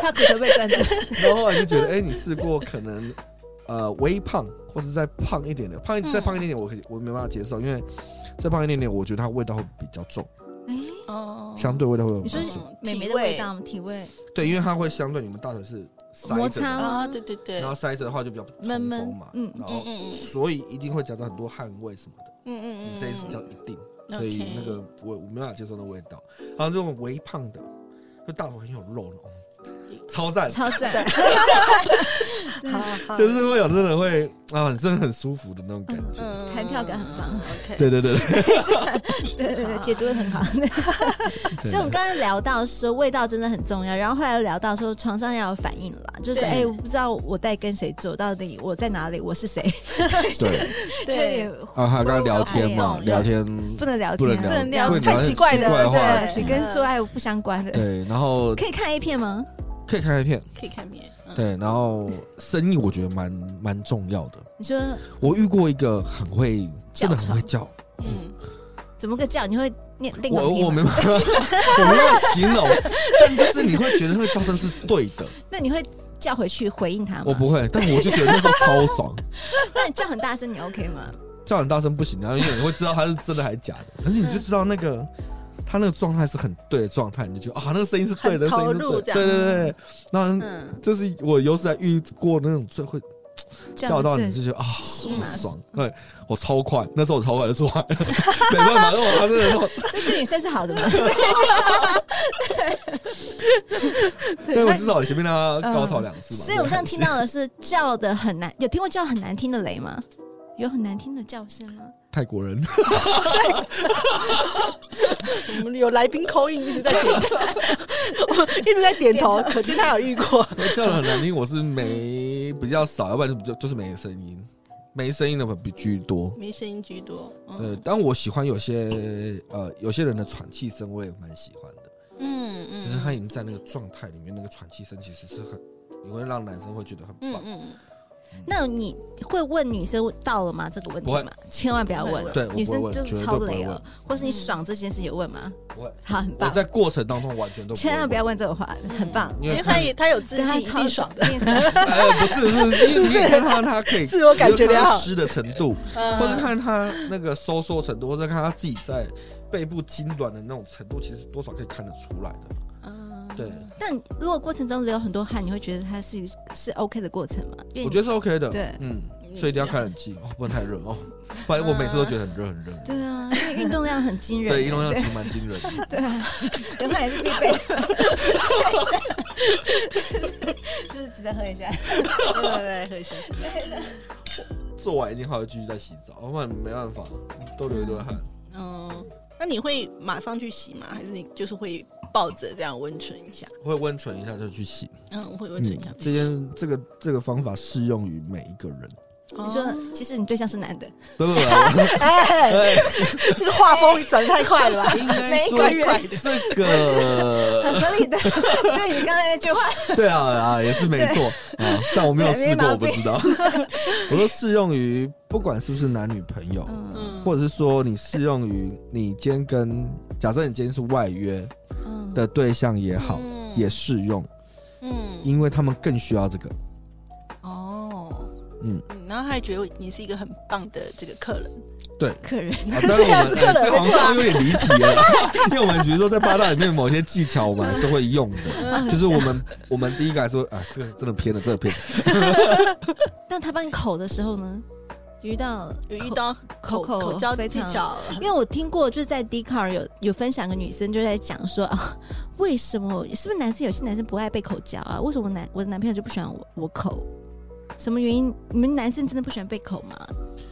[SPEAKER 3] 他骨头被断 掉，
[SPEAKER 2] 然后后来就觉得，哎，你试过可能呃微胖，或是再胖一点的，胖一
[SPEAKER 4] 嗯
[SPEAKER 2] 再胖一点点，我可以我没办法接受，因为再胖一点点，我觉得它味道会比较重，
[SPEAKER 4] 哦，
[SPEAKER 2] 相对味道会比
[SPEAKER 3] 你
[SPEAKER 2] 较
[SPEAKER 3] 说
[SPEAKER 2] 重。
[SPEAKER 3] 美眉
[SPEAKER 4] 体
[SPEAKER 3] 的
[SPEAKER 4] 味
[SPEAKER 3] 味道吗？体味
[SPEAKER 2] 对，因为它会相对你们大腿是塞
[SPEAKER 3] 摩
[SPEAKER 2] 着的，
[SPEAKER 3] 擦
[SPEAKER 4] 啊，对对对，
[SPEAKER 2] 然后
[SPEAKER 4] 嗯
[SPEAKER 2] 塞着的话就比较
[SPEAKER 3] 闷闷
[SPEAKER 2] 通风嘛，
[SPEAKER 3] 嗯
[SPEAKER 2] 然
[SPEAKER 4] 嗯
[SPEAKER 2] 后
[SPEAKER 4] 嗯
[SPEAKER 2] 所以一定会夹杂很多汗味什么的，
[SPEAKER 4] 嗯嗯嗯，
[SPEAKER 2] 这是叫一定，
[SPEAKER 4] OK
[SPEAKER 3] 嗯
[SPEAKER 2] 所以那个我我没办法接受那味道。然后那种微胖的，就大腿很有肉那种，超赞，
[SPEAKER 3] 嗯超赞，
[SPEAKER 4] 好好，
[SPEAKER 2] 就是会有真的会啊，真的很舒服的那种感觉。
[SPEAKER 4] 嗯
[SPEAKER 3] 弹跳感很棒。
[SPEAKER 4] OK，
[SPEAKER 2] 对对对 对，
[SPEAKER 3] 对对对，解读的很好。所以我们刚刚聊到说味道真的很重要，然后后来又聊到说床上要有反应啦，就是
[SPEAKER 4] 对
[SPEAKER 3] 哎、我不知道我在跟谁做，到底我在哪里，我是谁，
[SPEAKER 2] 对
[SPEAKER 4] 对，
[SPEAKER 3] 就
[SPEAKER 2] 啊，还有刚刚聊天嘛，
[SPEAKER 3] 哎
[SPEAKER 2] 聊天
[SPEAKER 3] 也不能聊天，啊
[SPEAKER 2] 不能聊
[SPEAKER 4] 不能
[SPEAKER 2] 不
[SPEAKER 4] 聊
[SPEAKER 2] 能
[SPEAKER 4] 太
[SPEAKER 2] 聊
[SPEAKER 4] 奇怪的
[SPEAKER 2] 很奇怪的话
[SPEAKER 3] 对，
[SPEAKER 4] 对
[SPEAKER 3] 你跟做爱不相关的。
[SPEAKER 2] 对，然后
[SPEAKER 3] 可以看 A 片吗？
[SPEAKER 2] 可以看一片，
[SPEAKER 4] 可以看面，嗯
[SPEAKER 2] 对，然后生意我觉得蛮蛮重要的。
[SPEAKER 3] 你说
[SPEAKER 2] 我遇过一个很会，真的很会叫，
[SPEAKER 4] 嗯，
[SPEAKER 3] 怎么个叫？你会念另
[SPEAKER 2] 我我没
[SPEAKER 3] 们，
[SPEAKER 2] 办法， 我没办法形容，但就是你会觉得那个叫声是对 的，
[SPEAKER 3] 那你会叫回去回应他吗？
[SPEAKER 2] 我不会，但我就觉得那时候超爽，
[SPEAKER 3] 那你叫很大声，你 OK 吗？
[SPEAKER 2] 叫很大声不行，然后因为你会知道他是真的还是假的，可是你就知道那个。他那个状态是很对的状态，你就觉得啊，那个声音是对的，
[SPEAKER 4] 很投
[SPEAKER 2] 声音是对
[SPEAKER 4] 入这
[SPEAKER 2] 的，对
[SPEAKER 4] 样
[SPEAKER 2] 对对。对那
[SPEAKER 4] 嗯，
[SPEAKER 2] 这是我有史来遇过那种最会叫到你
[SPEAKER 3] 这
[SPEAKER 2] 就觉得啊，
[SPEAKER 4] 嗯
[SPEAKER 3] 是
[SPEAKER 2] 好
[SPEAKER 3] 吗
[SPEAKER 2] 爽！对我超快，那时候我超快就出来了， 没办法，我他真的
[SPEAKER 3] 这对女生是 好的吗？
[SPEAKER 2] 对我至少前面让他高潮两次嘛。
[SPEAKER 3] 所以我们
[SPEAKER 2] 对
[SPEAKER 3] 现在听到的是叫的很难，有听过叫很难听的雷吗？有很难听的叫声吗？
[SPEAKER 2] 泰国人，
[SPEAKER 4] 我们有来宾口音一直在点头，我一直在点头，可见他有遇过。
[SPEAKER 2] 叫的很难听，我是没比较少，要不然就比较就是没声音，没声音的比居多。
[SPEAKER 4] 没声音居多。
[SPEAKER 2] 对
[SPEAKER 4] 嗯，
[SPEAKER 2] 但我喜欢有些呃有些人的喘气声，我也蛮喜欢的，
[SPEAKER 4] 嗯嗯，
[SPEAKER 2] 就是他已经在那个状态里面，那个喘气声其实是很，你会让男生会觉得很
[SPEAKER 4] 嗯
[SPEAKER 2] 棒。
[SPEAKER 4] 嗯
[SPEAKER 3] 那你会问女生到了吗这个问题
[SPEAKER 2] 不会
[SPEAKER 3] 吗？千万不要问，啊
[SPEAKER 2] 对我不
[SPEAKER 3] 女
[SPEAKER 2] 会
[SPEAKER 3] 生
[SPEAKER 2] 问
[SPEAKER 3] 就是
[SPEAKER 2] 绝对
[SPEAKER 3] 超
[SPEAKER 2] 不会
[SPEAKER 3] 雷
[SPEAKER 2] 问
[SPEAKER 3] 哦。或是你爽这件事有问吗？
[SPEAKER 2] 不会，
[SPEAKER 3] 好，很
[SPEAKER 2] 我
[SPEAKER 3] 棒，
[SPEAKER 2] 在嗯过程当中完全都
[SPEAKER 3] 千万不要问这种话，很棒。
[SPEAKER 2] 因
[SPEAKER 6] 因 为
[SPEAKER 2] 为
[SPEAKER 6] 他也他有自信，
[SPEAKER 3] 跟他
[SPEAKER 6] 一
[SPEAKER 3] 超
[SPEAKER 6] 定爽的。
[SPEAKER 3] 的，一定爽
[SPEAKER 2] 呃不是不是，因为你也看到他 可以
[SPEAKER 6] 自我感觉
[SPEAKER 2] 你就看
[SPEAKER 6] 良
[SPEAKER 2] 他
[SPEAKER 6] 好
[SPEAKER 2] 湿的程度，
[SPEAKER 6] 嗯
[SPEAKER 2] 或者看他那个收缩程度，或者看他自己在背部痉挛的那种程度，其实多少可以看得出来的。
[SPEAKER 6] 嗯
[SPEAKER 2] 对，
[SPEAKER 3] 但如果过程中流很多汗，你会觉得它是是 OK 的过程吗？因为
[SPEAKER 2] 我觉得是 OK 的。
[SPEAKER 3] 对
[SPEAKER 2] 嗯，所以一定要开冷气哦，不能太热哦，不然我每次都觉得很热很热。
[SPEAKER 3] 对啊，因为运动量很惊人，啊
[SPEAKER 2] 对，运动量其实蛮惊人的。
[SPEAKER 3] 对啊， 流汗也是必备 的，就是值得喝一下。
[SPEAKER 6] 对对对，很相信。
[SPEAKER 2] 做完一定还会继续再洗澡，要不然没办法，都流一堆汗。
[SPEAKER 6] 嗯，那你会马上去洗吗？还是你就是会抱着这样温存一下？
[SPEAKER 2] 会温存一下就去洗。
[SPEAKER 6] 嗯，我会温
[SPEAKER 2] 嗯
[SPEAKER 6] 存一下。，
[SPEAKER 2] 这件这个这个方法适用于每一个人。
[SPEAKER 6] 你
[SPEAKER 3] 你说， 其实你对象是男的，
[SPEAKER 2] 不不不，
[SPEAKER 6] 哎，这个画风转的太快了吧？
[SPEAKER 2] 应该说这
[SPEAKER 3] 很
[SPEAKER 2] 个
[SPEAKER 3] 合理 的。对你刚才那句话，
[SPEAKER 2] 对啊啊也是没错啊，但我没有
[SPEAKER 3] 对没
[SPEAKER 2] 试过，
[SPEAKER 3] 毛
[SPEAKER 2] 我不
[SPEAKER 3] 病
[SPEAKER 2] 知道。我说适用于不管是不是男女朋友，
[SPEAKER 3] 嗯
[SPEAKER 6] 嗯，
[SPEAKER 2] 或者是说你适用于你今天跟假设你今天是外约
[SPEAKER 3] 嗯，
[SPEAKER 2] 的对象也好，
[SPEAKER 6] 嗯
[SPEAKER 2] 也适用，
[SPEAKER 6] 嗯
[SPEAKER 2] 因为他们更需要这个。
[SPEAKER 6] 哦。
[SPEAKER 2] 嗯
[SPEAKER 6] 嗯，然后他还觉得你是一个很棒的这个客人，
[SPEAKER 3] 客人
[SPEAKER 2] 啊，当然我们
[SPEAKER 6] 这样是个人
[SPEAKER 2] 这好
[SPEAKER 6] 没错啊
[SPEAKER 2] 像有点离题了，因为我们比如说在八大里面某些技巧，我们还是会用
[SPEAKER 3] 嗯
[SPEAKER 2] 的，就是我们我们第一个来说啊，这个真的偏了，这个偏了，
[SPEAKER 3] 但他帮你口的时候呢，遇到
[SPEAKER 6] 有遇到口
[SPEAKER 3] 口口
[SPEAKER 6] 口交的
[SPEAKER 3] 非
[SPEAKER 6] 技
[SPEAKER 3] 常
[SPEAKER 6] 巧，
[SPEAKER 3] 因为我听过，就是在 d c a r 有有分享个女生就在讲说啊，为什么是不是男生有些男生不爱被口交啊？为什么我男我的男朋友就不喜欢我我口？什么原因？你们男生真的不喜欢被口吗？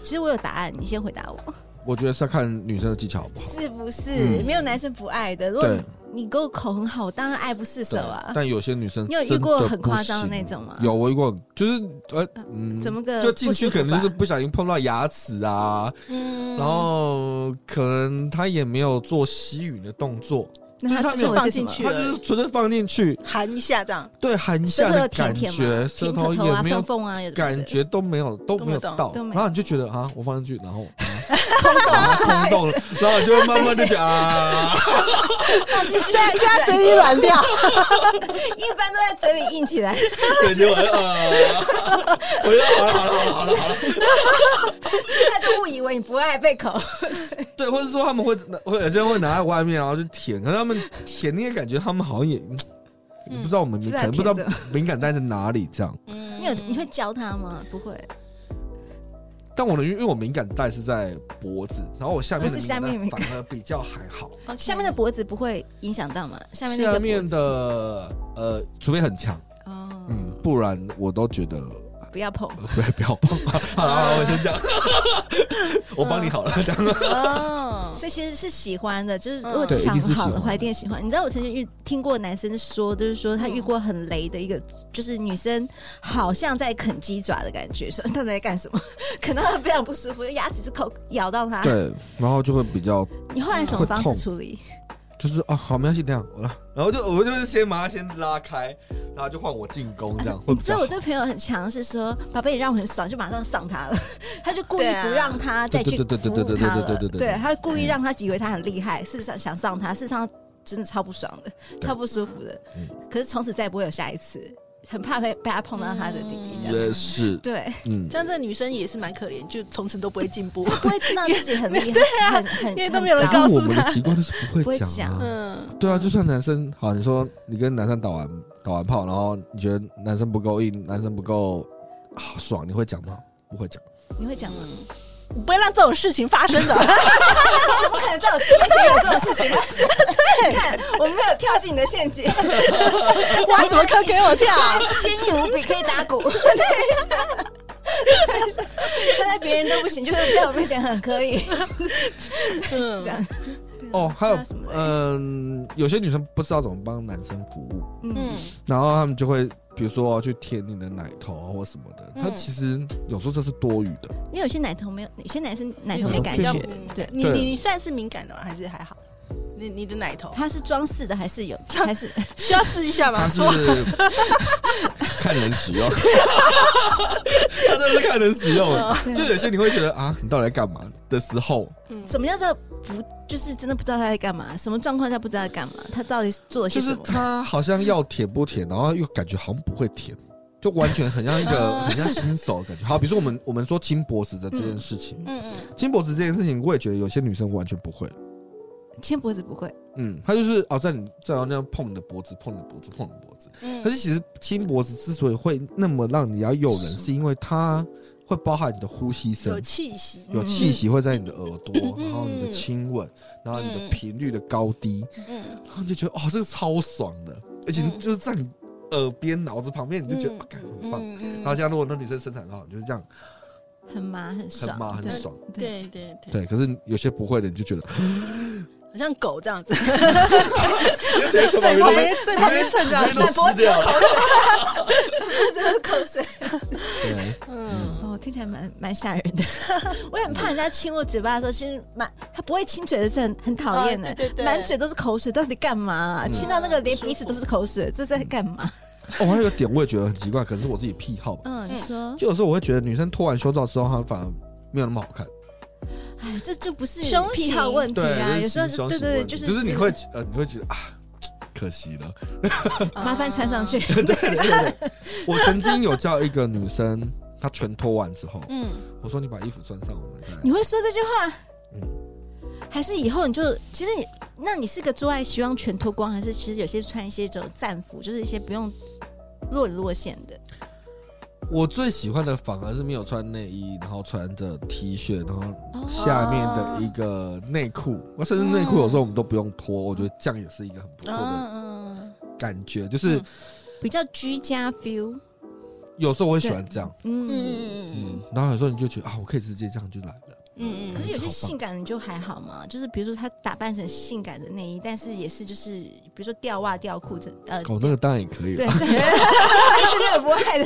[SPEAKER 3] 其实我有答案，你先回答我，
[SPEAKER 2] 我觉得是要看女生的技巧好不好。
[SPEAKER 3] 是不是？
[SPEAKER 2] 嗯
[SPEAKER 3] 没有男生不爱的。如果
[SPEAKER 2] 对，
[SPEAKER 3] 你给我口很好，我当然爱不释手
[SPEAKER 2] 对
[SPEAKER 3] 啊。
[SPEAKER 2] 但有些女生
[SPEAKER 3] 你有遇
[SPEAKER 2] 真
[SPEAKER 3] 过
[SPEAKER 2] 的
[SPEAKER 3] 很
[SPEAKER 2] 不
[SPEAKER 3] 夸张的
[SPEAKER 2] 行啊
[SPEAKER 3] 那种吗？
[SPEAKER 2] 有，我遇过，就是呃，嗯，
[SPEAKER 3] 怎么个
[SPEAKER 2] 就进去
[SPEAKER 3] 不舒服
[SPEAKER 2] 可能就是
[SPEAKER 3] 法
[SPEAKER 2] 不小心碰到牙齿啊，
[SPEAKER 6] 嗯
[SPEAKER 2] 然后可能他也没有做吸吭的动作，
[SPEAKER 3] 那
[SPEAKER 2] 就是
[SPEAKER 3] 他
[SPEAKER 2] 他没有
[SPEAKER 3] 做了些
[SPEAKER 6] 放
[SPEAKER 3] 什
[SPEAKER 6] 进
[SPEAKER 3] 么
[SPEAKER 6] 去
[SPEAKER 2] 他就是纯粹放进去，
[SPEAKER 6] 含一下这样，
[SPEAKER 2] 对含一
[SPEAKER 3] 舌
[SPEAKER 2] 下
[SPEAKER 3] 头有
[SPEAKER 2] 的
[SPEAKER 3] 舔
[SPEAKER 2] 感
[SPEAKER 3] 舔
[SPEAKER 2] 觉，
[SPEAKER 3] 吗？
[SPEAKER 2] 舌
[SPEAKER 3] 舔
[SPEAKER 2] 头
[SPEAKER 3] 头
[SPEAKER 2] 也
[SPEAKER 3] 啊，
[SPEAKER 2] 没有
[SPEAKER 3] 缝缝啊，有的没
[SPEAKER 2] 感
[SPEAKER 3] 的
[SPEAKER 2] 觉都没有都
[SPEAKER 6] 都
[SPEAKER 2] 没有
[SPEAKER 6] 没有
[SPEAKER 2] 到
[SPEAKER 3] 都，没
[SPEAKER 2] 然后你就觉得啊，我放进去，然后啊空洞了，空洞了，然后你就会 慢慢就觉得啊，
[SPEAKER 6] 这样这样嘴里软掉，
[SPEAKER 3] 一般都在嘴里硬起来。
[SPEAKER 2] 对，结果就啊， 我觉得好了好了好了好了好了，
[SPEAKER 3] 他就误以为你不爱被口，
[SPEAKER 2] 对，或者说他们会拿，会有些人会拿在外面，然后就舔，可是他们舔，你也感觉他们好像也。我不知道我们敏感，
[SPEAKER 3] 不
[SPEAKER 2] 不
[SPEAKER 3] 知
[SPEAKER 2] 知
[SPEAKER 3] 道
[SPEAKER 2] 道
[SPEAKER 3] 舔
[SPEAKER 2] 敏感带在哪里这样。
[SPEAKER 6] 嗯
[SPEAKER 3] 你有你会教他吗？不会，
[SPEAKER 2] 但我的因为我敏感带是在脖子，然后我下面的
[SPEAKER 3] 不是
[SPEAKER 2] 敏感
[SPEAKER 3] 下面
[SPEAKER 2] 带
[SPEAKER 3] 敏
[SPEAKER 2] 反而比较还好。
[SPEAKER 3] 下面的脖子不会影响到吗？ 下面那
[SPEAKER 2] 下
[SPEAKER 3] 个脖
[SPEAKER 2] 面
[SPEAKER 3] 子
[SPEAKER 2] 的呃，除非很强，
[SPEAKER 3] 哦，
[SPEAKER 2] 嗯，不然我都觉得呃
[SPEAKER 3] 不要碰。
[SPEAKER 2] 不要不要碰。好了，好了我先讲， 我帮你好了，这
[SPEAKER 3] 嗯
[SPEAKER 2] 样。
[SPEAKER 6] 哦，
[SPEAKER 3] 所以其实是喜欢的，就是如
[SPEAKER 6] 嗯
[SPEAKER 3] 果技巧
[SPEAKER 2] 对
[SPEAKER 3] 很
[SPEAKER 2] 一定是
[SPEAKER 3] 好
[SPEAKER 2] 喜
[SPEAKER 3] 的
[SPEAKER 2] 欢
[SPEAKER 3] 话，一定喜欢。你知道我曾经遇听过男生说，就是说他遇过很雷的一个，就是女生好像在啃鸡爪的感觉，说到底在干什么？ 啃到他非常不舒服，牙齿是口咬到他。
[SPEAKER 2] 对，然后就会比较
[SPEAKER 3] 你后来什么
[SPEAKER 2] 会
[SPEAKER 3] 方式
[SPEAKER 2] 痛
[SPEAKER 3] 处理？
[SPEAKER 2] 就是啊，好，没关系，这样，我来然后就我就是先把它先拉开，然后就换我进攻这样。会
[SPEAKER 3] 你
[SPEAKER 2] 比
[SPEAKER 3] 知
[SPEAKER 2] 较
[SPEAKER 3] 道
[SPEAKER 2] 好
[SPEAKER 3] 我这个朋友很强，是说宝贝，你让我很爽，就马上上他了，他就故意
[SPEAKER 6] 对啊
[SPEAKER 3] 不让他再去
[SPEAKER 2] 对对对
[SPEAKER 3] 服
[SPEAKER 2] 对对
[SPEAKER 3] 务他
[SPEAKER 2] 对对
[SPEAKER 3] 了
[SPEAKER 2] 对对，对
[SPEAKER 3] 对，他故意让他以为他很厉害，事实上想上他，事实上真的超不爽的，
[SPEAKER 2] 对
[SPEAKER 3] 超不舒服的
[SPEAKER 2] 嗯。
[SPEAKER 3] 可是从此再也不会有下一次，很怕被被他碰到他的弟弟这样。
[SPEAKER 2] 也是，
[SPEAKER 3] 对，
[SPEAKER 2] 嗯
[SPEAKER 6] 这，样这女生也是蛮可怜，就从此都不会进步。
[SPEAKER 3] 不会知道自己很厉害，很很
[SPEAKER 6] 因为都
[SPEAKER 3] 很
[SPEAKER 6] 没有人
[SPEAKER 3] 糟
[SPEAKER 6] 告
[SPEAKER 2] 但
[SPEAKER 6] 诉
[SPEAKER 2] 我们
[SPEAKER 6] 他
[SPEAKER 2] 的习惯就是不
[SPEAKER 3] 不
[SPEAKER 2] 会
[SPEAKER 3] 会
[SPEAKER 2] 讲啊。
[SPEAKER 6] 嗯，
[SPEAKER 2] 对啊，就像男生，好，你说你跟男生打完打完炮，然后你觉得男生不够硬，男生不够好爽，你会讲吗？不会讲。
[SPEAKER 3] 你会讲吗？
[SPEAKER 6] 我不会让这种事情发 生的。
[SPEAKER 3] 怎么可能在我面前有这种事情发生？你看，我没有跳进你的陷阱，
[SPEAKER 6] 挖什么坑给我 跳？
[SPEAKER 3] 轻易无比，可以打鼓。他在别人都不行，就是在我面前很可以。
[SPEAKER 6] 嗯，
[SPEAKER 3] 这样
[SPEAKER 2] 哦，还有
[SPEAKER 3] 那什么，的
[SPEAKER 2] 嗯，有些女生不知道怎么帮男生服务，
[SPEAKER 3] 嗯，
[SPEAKER 2] 然后他们就会，比如说去舔你的奶头啊或什么的，
[SPEAKER 6] 嗯
[SPEAKER 2] 他其实有时候这是多余的。
[SPEAKER 3] 因为有些奶头没有，有些男生奶头
[SPEAKER 2] 有
[SPEAKER 3] 没
[SPEAKER 2] 些
[SPEAKER 3] 感
[SPEAKER 2] 比
[SPEAKER 3] 觉
[SPEAKER 2] 较，
[SPEAKER 6] 嗯
[SPEAKER 3] 对
[SPEAKER 6] 你
[SPEAKER 2] 对
[SPEAKER 6] 你你算是敏感的吗？还是还好？
[SPEAKER 4] 你你的奶头
[SPEAKER 3] 它是装饰的还是有？还是
[SPEAKER 4] 需要试一下
[SPEAKER 2] 它？
[SPEAKER 4] 吧
[SPEAKER 2] 是 看人使 用，它真的是看人使用。就有些你会觉得啊，你到底在干嘛的时候，
[SPEAKER 3] 怎么样叫不？就是真的不知道他在干嘛，什么状况下不知道在干嘛，他到底做了些
[SPEAKER 2] 就
[SPEAKER 3] 什
[SPEAKER 2] 是
[SPEAKER 3] 么？
[SPEAKER 2] 它好像要舔不舔，然后又感觉好像不会舔，就完全很像一个 很像新手的感觉。好，比如说我们我们说亲脖子的这件事情，
[SPEAKER 4] 嗯嗯，
[SPEAKER 2] 亲脖子这件事情，我也觉得有些女生完全不会。
[SPEAKER 3] 牵脖子不会，
[SPEAKER 2] 嗯，她就是哦，在你在那样碰你的脖子，碰你的脖子，碰你的脖
[SPEAKER 4] 嗯
[SPEAKER 2] 子。
[SPEAKER 6] 嗯
[SPEAKER 2] 可是其实亲脖子之所以会那么让你要诱人，
[SPEAKER 4] 是
[SPEAKER 2] 是因为它会包含你的呼吸声
[SPEAKER 4] 有，气息，
[SPEAKER 2] 有气息会在你的耳朵，
[SPEAKER 4] 嗯
[SPEAKER 2] 然后你的亲吻，然后你的
[SPEAKER 4] 嗯
[SPEAKER 2] 频率的高低，
[SPEAKER 4] 嗯，
[SPEAKER 2] 然后你就觉得哦，这个超爽的，而且
[SPEAKER 4] 嗯
[SPEAKER 2] 就是在你耳边、脑子旁边，你就觉得
[SPEAKER 4] 嗯
[SPEAKER 2] 啊，感很棒。
[SPEAKER 4] 嗯嗯
[SPEAKER 2] 然后加上如果那女生身材很好，你就是这样
[SPEAKER 3] 很麻很
[SPEAKER 2] 很
[SPEAKER 3] 爽，
[SPEAKER 2] 麻很
[SPEAKER 3] 对
[SPEAKER 2] 爽。
[SPEAKER 4] 对对对，
[SPEAKER 2] 对，可是有些不会的，你 就觉得
[SPEAKER 4] 好像狗这样子，
[SPEAKER 2] 在
[SPEAKER 4] 在旁边在旁边蹭这样子，
[SPEAKER 2] 脖子
[SPEAKER 3] 这是口水。
[SPEAKER 2] 对，
[SPEAKER 4] 嗯，
[SPEAKER 3] 哦，听起来蛮蛮吓人的。 我也很怕人家亲我嘴巴的时候，其实蛮他不会亲嘴的是很很讨厌的
[SPEAKER 4] 哦对对，对
[SPEAKER 3] 满嘴都是口水，到底干嘛啊？
[SPEAKER 2] 嗯
[SPEAKER 3] 亲到那个连
[SPEAKER 4] 不舒服
[SPEAKER 3] 鼻子都是口水，这是在干嘛？
[SPEAKER 2] 哦，还有一个点我也觉得很奇怪，可能是我自己癖好吧。
[SPEAKER 3] 嗯，你说，
[SPEAKER 2] 就有时候我会觉得女生脱完胸罩之后，她反而没有那么好看。
[SPEAKER 3] 哎，这就不是
[SPEAKER 4] 胸型
[SPEAKER 3] 癖好问题
[SPEAKER 2] 对，
[SPEAKER 3] 啊，有
[SPEAKER 2] 就是
[SPEAKER 3] 时候
[SPEAKER 2] 形象
[SPEAKER 3] 就对
[SPEAKER 2] 型
[SPEAKER 3] 对，
[SPEAKER 2] 问
[SPEAKER 3] 就
[SPEAKER 2] 题
[SPEAKER 3] 是
[SPEAKER 2] 就是你会呃，你会觉得啊，可惜了。
[SPEAKER 3] 嗯麻烦穿 上去，
[SPEAKER 2] 对对对， 我曾经有叫一个女生，她全脱完之后，
[SPEAKER 4] 嗯，
[SPEAKER 2] 我说你把衣服穿上，我们再
[SPEAKER 3] 你会说这句话？
[SPEAKER 2] 嗯，
[SPEAKER 3] 还是以后你就其实你，那你是个做爱希望全脱光，还是其实有些穿一些这种战服，就是一些不用落里落线的？
[SPEAKER 2] 我最喜欢的反而是没有穿内衣，然后穿着 T 恤，然后
[SPEAKER 3] 哦
[SPEAKER 2] 下面的一个内裤，我甚至内裤有时候我们都不用脱，我觉得这样也是一个很不错的
[SPEAKER 4] 嗯
[SPEAKER 2] 感觉，就是
[SPEAKER 4] 嗯
[SPEAKER 3] 比较居家 feel，
[SPEAKER 2] 有时候我会喜欢这样，
[SPEAKER 4] 嗯
[SPEAKER 3] 嗯。
[SPEAKER 2] 嗯
[SPEAKER 4] 嗯，
[SPEAKER 2] 然后有时候你就觉得啊，我可以直接这样就来了，
[SPEAKER 4] 嗯
[SPEAKER 3] 可
[SPEAKER 4] 嗯，
[SPEAKER 3] 是有些性感的就还好嘛，就是比如说她打扮成性感的内衣，但是也是就是比如说吊袜、吊裤这呃，
[SPEAKER 2] 哦，那个当然也可以
[SPEAKER 3] 对，
[SPEAKER 2] 了，
[SPEAKER 3] 是是那个不爱的，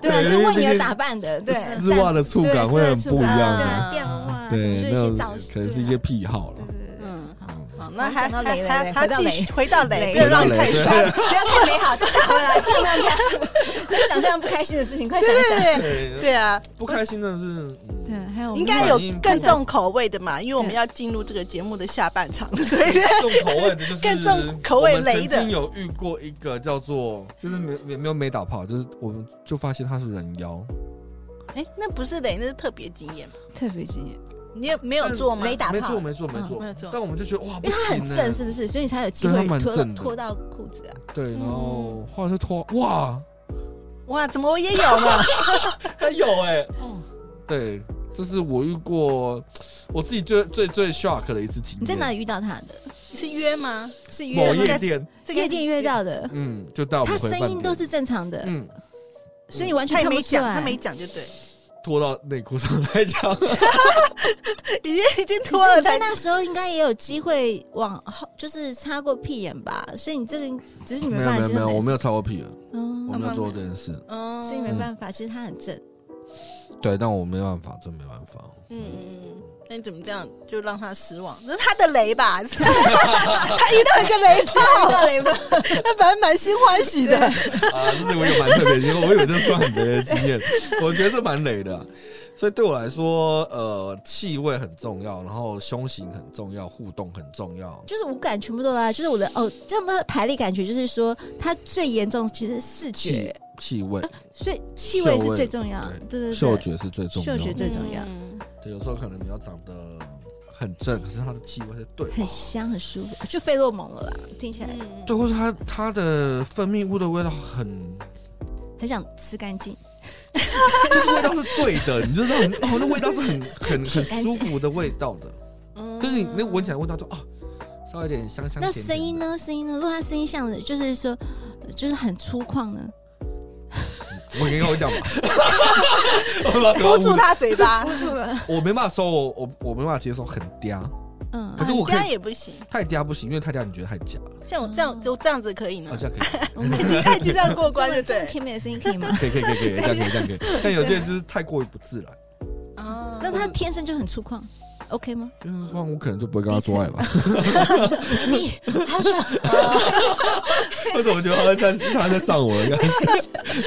[SPEAKER 3] 对啊，
[SPEAKER 2] 对
[SPEAKER 3] 就
[SPEAKER 2] 因为
[SPEAKER 3] 问
[SPEAKER 2] 毕
[SPEAKER 3] 你的
[SPEAKER 2] 竟
[SPEAKER 3] 打扮的， 对，
[SPEAKER 2] 丝袜的触感会很不一
[SPEAKER 3] 对
[SPEAKER 2] 样
[SPEAKER 4] 的
[SPEAKER 2] 的，
[SPEAKER 3] 啊，吊袜啊什么，就
[SPEAKER 2] 对，
[SPEAKER 3] 一
[SPEAKER 2] 那
[SPEAKER 3] 些
[SPEAKER 2] 种
[SPEAKER 3] 造型，
[SPEAKER 2] 可能是一些
[SPEAKER 3] 对啊
[SPEAKER 2] 癖好了
[SPEAKER 3] 对。对对，
[SPEAKER 4] 嗯，
[SPEAKER 2] 嗯，
[SPEAKER 4] 好，那
[SPEAKER 3] 我
[SPEAKER 4] 还
[SPEAKER 3] 们讲到
[SPEAKER 4] 还
[SPEAKER 3] 雷
[SPEAKER 4] 还
[SPEAKER 3] 雷
[SPEAKER 4] 还
[SPEAKER 3] 雷
[SPEAKER 4] 继续回到
[SPEAKER 3] 雷
[SPEAKER 4] 雷，不要让你 太爽，
[SPEAKER 2] 对
[SPEAKER 3] 不要太美好，再打回来，漂亮漂亮，再想象不开心的事情，快想一想。
[SPEAKER 4] 对
[SPEAKER 2] 对，
[SPEAKER 4] 对啊，
[SPEAKER 2] 不开心真的是，嗯
[SPEAKER 3] 对，还有
[SPEAKER 4] 应该有更重口味的嘛，因为我们要进入这个节目的下半场，所 以
[SPEAKER 2] 重口味的，就是
[SPEAKER 4] 更重口味雷的
[SPEAKER 2] 我们曾经有遇过一个叫做，就是没也没有没打炮，就是我们就发现他是人妖，
[SPEAKER 4] 哎，那不是雷，那是特别经验嘛，
[SPEAKER 3] 特别惊艳，
[SPEAKER 4] 你也没有做吗？
[SPEAKER 3] 雷打
[SPEAKER 2] 没
[SPEAKER 3] 炮嗯
[SPEAKER 2] 做，没做没
[SPEAKER 4] 没
[SPEAKER 2] 做
[SPEAKER 4] 有做，
[SPEAKER 2] 但我们就觉得哇，
[SPEAKER 3] 因为它
[SPEAKER 2] 不
[SPEAKER 3] 很
[SPEAKER 2] 行
[SPEAKER 3] 正，
[SPEAKER 2] 欸
[SPEAKER 3] 是不是？所以你才有机
[SPEAKER 2] 对它
[SPEAKER 3] 会
[SPEAKER 2] 蛮
[SPEAKER 3] 脱
[SPEAKER 2] 正的
[SPEAKER 3] 脱到裤子啊。
[SPEAKER 2] 对，然后后来就脱，哇，
[SPEAKER 4] 哇，怎么我也有 呢？
[SPEAKER 2] 他有
[SPEAKER 3] 欸
[SPEAKER 2] 哎，
[SPEAKER 3] 哦
[SPEAKER 2] 对，这是我遇过我自己最最最 shock 的一次经验。
[SPEAKER 3] 你在哪里遇到他的？
[SPEAKER 4] 你是约吗？
[SPEAKER 3] 是
[SPEAKER 2] 某
[SPEAKER 3] 约
[SPEAKER 2] 夜店，
[SPEAKER 4] 这个
[SPEAKER 3] 夜店约，到的，
[SPEAKER 2] 嗯，就带我
[SPEAKER 3] 他
[SPEAKER 2] 们回
[SPEAKER 3] 声
[SPEAKER 2] 饭
[SPEAKER 3] 音
[SPEAKER 2] 店
[SPEAKER 3] 都是正常的，
[SPEAKER 2] 嗯，
[SPEAKER 3] 所以你完全
[SPEAKER 4] 他也
[SPEAKER 3] 看
[SPEAKER 4] 没
[SPEAKER 3] 不出
[SPEAKER 4] 讲，他
[SPEAKER 3] 来。
[SPEAKER 4] 没讲就对，
[SPEAKER 2] 脱到内裤上来讲，
[SPEAKER 4] 已经已经
[SPEAKER 3] 可
[SPEAKER 4] 脱
[SPEAKER 3] 是
[SPEAKER 4] 了
[SPEAKER 3] 你在
[SPEAKER 4] 才
[SPEAKER 3] 那时候应该也有机会往后，就是擦过屁眼吧，所以你这个只 是你
[SPEAKER 2] 没
[SPEAKER 3] 没
[SPEAKER 2] 有
[SPEAKER 3] 办法
[SPEAKER 2] 没有
[SPEAKER 3] 接
[SPEAKER 2] 没有，
[SPEAKER 3] 受
[SPEAKER 2] 我
[SPEAKER 3] 男
[SPEAKER 2] 没
[SPEAKER 3] 生，
[SPEAKER 2] 有超过屁了，我
[SPEAKER 3] 嗯，
[SPEAKER 2] 没有做过这件事。
[SPEAKER 4] 嗯
[SPEAKER 3] 所以没办法，其实他很正，
[SPEAKER 2] 对，但我没办法，真没办法。
[SPEAKER 4] 嗯嗯嗯，那你怎么这样就让他失望？那是他的雷 吧？他遇到一个雷炮，那反正满心欢喜的。
[SPEAKER 2] 啊，这是我有蛮特别的经验，我有这算很雷的经验，我觉得这蛮雷的啊、所以对我来说，呃，气味很重要，然后胸型很重要，互动很重要。
[SPEAKER 3] 就是五感全部都来，就是我的哦，这样的排列感觉就是说，它最严重其实是视
[SPEAKER 2] 气
[SPEAKER 3] 觉，
[SPEAKER 2] 气味、
[SPEAKER 3] 所以气味
[SPEAKER 2] 嗅
[SPEAKER 3] 是
[SPEAKER 2] 味
[SPEAKER 3] 最重要，啊对对对，
[SPEAKER 2] 嗅觉是最重要
[SPEAKER 3] 嗅觉
[SPEAKER 2] 的。
[SPEAKER 3] 最重要，
[SPEAKER 2] 对，有时候可能你要长得很正，可是它的气味是对的啊
[SPEAKER 3] 很香很舒服，啊就费洛蒙了啦，听起来
[SPEAKER 4] 嗯，
[SPEAKER 2] 对，或是它它的分泌物的味道很，
[SPEAKER 3] 很想吃干净，
[SPEAKER 2] 就是味道是对的，你知道吗？哦，那味道是很很很舒服的味道的。
[SPEAKER 4] 嗯
[SPEAKER 2] 就是你那闻起来味道就啊，稍微有点香香。
[SPEAKER 3] 那
[SPEAKER 2] 甜
[SPEAKER 3] 声
[SPEAKER 2] 甜
[SPEAKER 3] 音
[SPEAKER 2] 的？
[SPEAKER 3] 呢？声音呢？如果他声音像的，就是说，呃就是很粗犷呢？
[SPEAKER 2] 我跟我讲吧， 我
[SPEAKER 4] 捂住，他嘴巴，
[SPEAKER 2] 我没办法收，我我我没办法接受，很嗲，
[SPEAKER 3] 嗯
[SPEAKER 2] 可，是我可
[SPEAKER 4] 这样
[SPEAKER 2] 以
[SPEAKER 4] 也不行。
[SPEAKER 2] 太嗲不行，因为太嗲你觉得太假了，
[SPEAKER 4] 像我这样就这样子可以呢
[SPEAKER 2] 啊，，这样可以，
[SPEAKER 4] 他已经这样过关就
[SPEAKER 3] 这么
[SPEAKER 4] 对。
[SPEAKER 3] 甜美的声音可以 吗？
[SPEAKER 2] 可以可以可以可以，这样可以这样可以，但有些人就是太过于不自然，
[SPEAKER 4] 哦
[SPEAKER 3] 那他天生就很粗犷， OK 吗？
[SPEAKER 2] 就是话我可能就不会跟他做爱吧。
[SPEAKER 7] 你他说
[SPEAKER 4] 哦
[SPEAKER 2] 为什么觉得他在他在上我？应该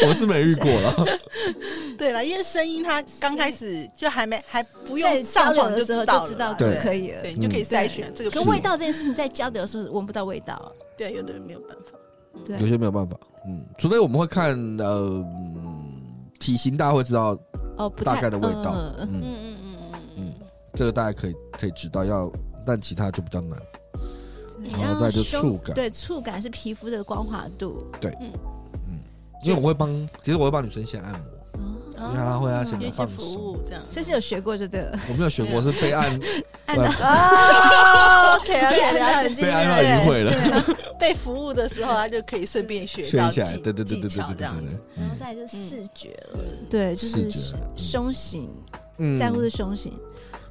[SPEAKER 2] 我是没遇过了。
[SPEAKER 4] 对了，因为声音它刚开始就还没还不
[SPEAKER 3] 在
[SPEAKER 4] 用
[SPEAKER 3] 交流
[SPEAKER 4] 上床
[SPEAKER 3] 的时候就
[SPEAKER 4] 知道
[SPEAKER 3] 知道
[SPEAKER 4] 了，
[SPEAKER 3] 可
[SPEAKER 2] 对
[SPEAKER 3] 不可以嗯了。
[SPEAKER 4] 对，你就可以筛选这个
[SPEAKER 3] 可
[SPEAKER 4] 不
[SPEAKER 3] 味
[SPEAKER 4] 行
[SPEAKER 3] 道这件事情，在交流的时候闻不到味道，
[SPEAKER 4] 对，有的人没有办法。
[SPEAKER 3] 对
[SPEAKER 2] 有些没有办法，嗯，除非我们会看呃嗯体型，大家会知道
[SPEAKER 3] 哦，不太
[SPEAKER 2] 大概的味道，
[SPEAKER 3] 嗯
[SPEAKER 2] 嗯，
[SPEAKER 4] 嗯嗯嗯
[SPEAKER 2] 嗯，这个大家可以可以知道要，但其他就比较难。
[SPEAKER 3] 对
[SPEAKER 2] 嗯然后再就触感，
[SPEAKER 3] 对，触感是皮肤的光滑度，
[SPEAKER 2] 因为我会帮，其实我会帮女生先按摩，因为她会要先
[SPEAKER 4] 有一些
[SPEAKER 2] 放
[SPEAKER 4] 服
[SPEAKER 2] 松。
[SPEAKER 4] 务这样，
[SPEAKER 3] 哦所以是有学过就对 了。
[SPEAKER 2] 我没有学过，是被按
[SPEAKER 3] 按到
[SPEAKER 4] 啊，OK OK，
[SPEAKER 3] 按
[SPEAKER 4] 了
[SPEAKER 3] 到
[SPEAKER 4] 解。
[SPEAKER 2] 被啊按到淫秽了，
[SPEAKER 4] 被服务的时候，他就可以顺便 学
[SPEAKER 2] 学
[SPEAKER 4] 到
[SPEAKER 2] 一下
[SPEAKER 4] 技，
[SPEAKER 2] 对对对对
[SPEAKER 4] 技
[SPEAKER 2] 对
[SPEAKER 4] 巧
[SPEAKER 2] 对
[SPEAKER 4] 这样
[SPEAKER 2] 对
[SPEAKER 4] 子。
[SPEAKER 2] 对，
[SPEAKER 7] 然后再来就是视觉了，
[SPEAKER 3] 对，就是
[SPEAKER 2] 视觉嗯
[SPEAKER 3] 胸型，
[SPEAKER 2] 嗯
[SPEAKER 3] 在乎是胸型，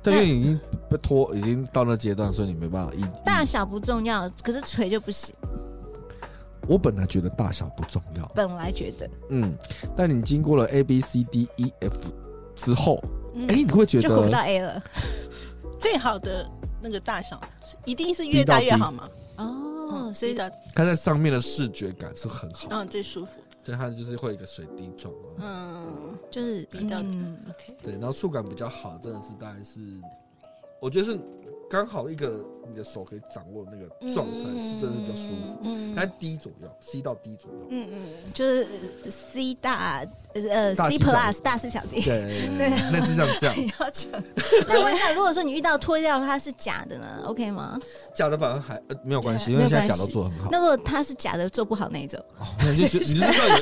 [SPEAKER 2] 但因为已经被拖，已经到那阶段，所以你没办法。一
[SPEAKER 3] 大小不重要，可是垂就不行。
[SPEAKER 2] 我本来觉得大小不重要，
[SPEAKER 3] 本来觉得
[SPEAKER 2] 嗯，但你经过了 A B C D E F 之后，
[SPEAKER 4] 嗯
[SPEAKER 2] 哎，你会觉
[SPEAKER 3] 就活不到
[SPEAKER 2] 得
[SPEAKER 3] A 了。
[SPEAKER 4] 最好的那个大小，一定是越大越好嘛。
[SPEAKER 3] 哦，
[SPEAKER 4] 嗯
[SPEAKER 3] 所以
[SPEAKER 4] 越大
[SPEAKER 2] 它在上面的视觉感是很好，
[SPEAKER 4] 嗯最舒服。
[SPEAKER 2] 对，它就是会有一个水滴状，嗯
[SPEAKER 4] 嗯
[SPEAKER 3] 就是
[SPEAKER 4] 比较
[SPEAKER 3] 嗯，
[SPEAKER 4] ，OK，
[SPEAKER 2] 对，然后触感比较好，真的是大概是，我觉得是刚好一个你的手可以掌握那个状态，是真的比较舒服。
[SPEAKER 4] 嗯
[SPEAKER 2] 在 D 左右，C 到 D 左右，
[SPEAKER 4] 嗯嗯，
[SPEAKER 3] 就是 C 大呃
[SPEAKER 2] 大
[SPEAKER 3] C
[SPEAKER 2] 四小
[SPEAKER 3] plus 大四小 D
[SPEAKER 2] 对，类似像 这样，
[SPEAKER 3] 要求。那我想，如果说你遇到脱掉它是假的呢，OK 吗？
[SPEAKER 2] 假的反而还呃没有关系，
[SPEAKER 3] 对
[SPEAKER 2] 因为现在
[SPEAKER 3] 没有关系
[SPEAKER 2] 假都做得很好。
[SPEAKER 3] 那如果它是假的，做不好那一种，
[SPEAKER 2] 哦那你就觉你就知道有，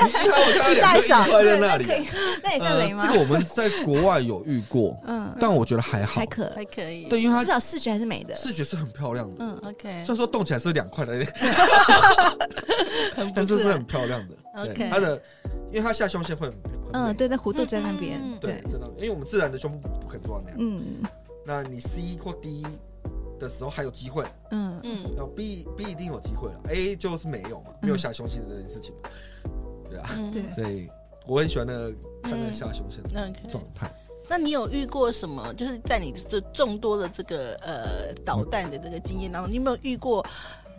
[SPEAKER 2] 你看我看到两个小块在那里啊
[SPEAKER 3] 可。以， 那也算
[SPEAKER 2] 呃，
[SPEAKER 3] 雷吗
[SPEAKER 2] 这？个我们在国外有遇过，
[SPEAKER 3] 嗯，
[SPEAKER 2] 但我觉得还好
[SPEAKER 3] 还，可，
[SPEAKER 4] 还可以。
[SPEAKER 2] 对，因为
[SPEAKER 3] 至
[SPEAKER 2] 它
[SPEAKER 3] 少视觉还是美的。
[SPEAKER 2] 视觉是很漂亮的，
[SPEAKER 3] 嗯，
[SPEAKER 4] ，OK，
[SPEAKER 2] 虽然说动起来是两 块的，
[SPEAKER 4] 很不
[SPEAKER 2] 但是
[SPEAKER 4] 错
[SPEAKER 2] 是很漂亮的。对
[SPEAKER 4] OK
[SPEAKER 2] 它的，因为它下胸线会很很
[SPEAKER 3] 嗯，
[SPEAKER 2] 美
[SPEAKER 3] 对，那弧度在那边，
[SPEAKER 2] 嗯对，
[SPEAKER 3] 对，
[SPEAKER 2] 真的，因为我们自然的胸部不可能做到那样。
[SPEAKER 3] 嗯
[SPEAKER 2] 那你 C 或 D 的时候还有机会，
[SPEAKER 3] 嗯，
[SPEAKER 4] 嗯
[SPEAKER 2] 然后 B B 哦一定有机会了，A 就是没有嘛，没有下胸线这件事情嘛，对啊，
[SPEAKER 4] 嗯
[SPEAKER 3] 对。
[SPEAKER 2] 所以我很喜欢那个看那个下胸线的
[SPEAKER 4] OK，
[SPEAKER 2] 状态。
[SPEAKER 4] 那你有遇过什么？就是在你这众多的这个呃导弹的这个经验当中，你有没有遇过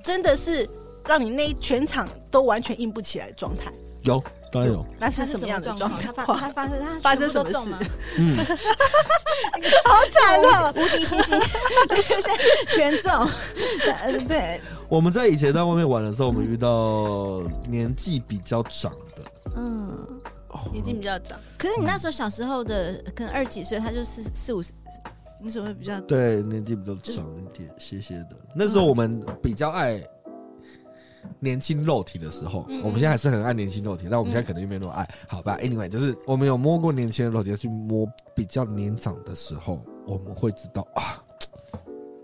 [SPEAKER 4] 真的是让你那一全场都完全硬不起来的状态？
[SPEAKER 2] 有，当然有，
[SPEAKER 4] 那
[SPEAKER 3] 它
[SPEAKER 4] 是什么样的
[SPEAKER 3] 状
[SPEAKER 4] 状态？
[SPEAKER 3] 它
[SPEAKER 4] 哇
[SPEAKER 3] 发它发生它
[SPEAKER 4] 发生什么
[SPEAKER 3] 全部都中
[SPEAKER 4] 事
[SPEAKER 3] 吗？
[SPEAKER 2] 嗯，
[SPEAKER 4] 惨了，
[SPEAKER 3] 无敌星星，全中，呃对，
[SPEAKER 2] 我们在以前在外面玩的时候，我们遇到年纪比较长的，
[SPEAKER 3] 嗯。
[SPEAKER 4] 眼睛比较长，
[SPEAKER 3] 可是你那时候小时候的，可能二十几岁，他就四四五十，你什么比较
[SPEAKER 2] 对，年纪比较长一点，些些的。那时候我们比较爱年轻肉体的时候，
[SPEAKER 4] 嗯嗯嗯
[SPEAKER 2] 我们现在还是很爱年轻肉体，但我们现在可能又没那么爱。好吧，anyway，就是我们有摸过年轻的肉体，去摸比较年长的时候，我们会知道啊，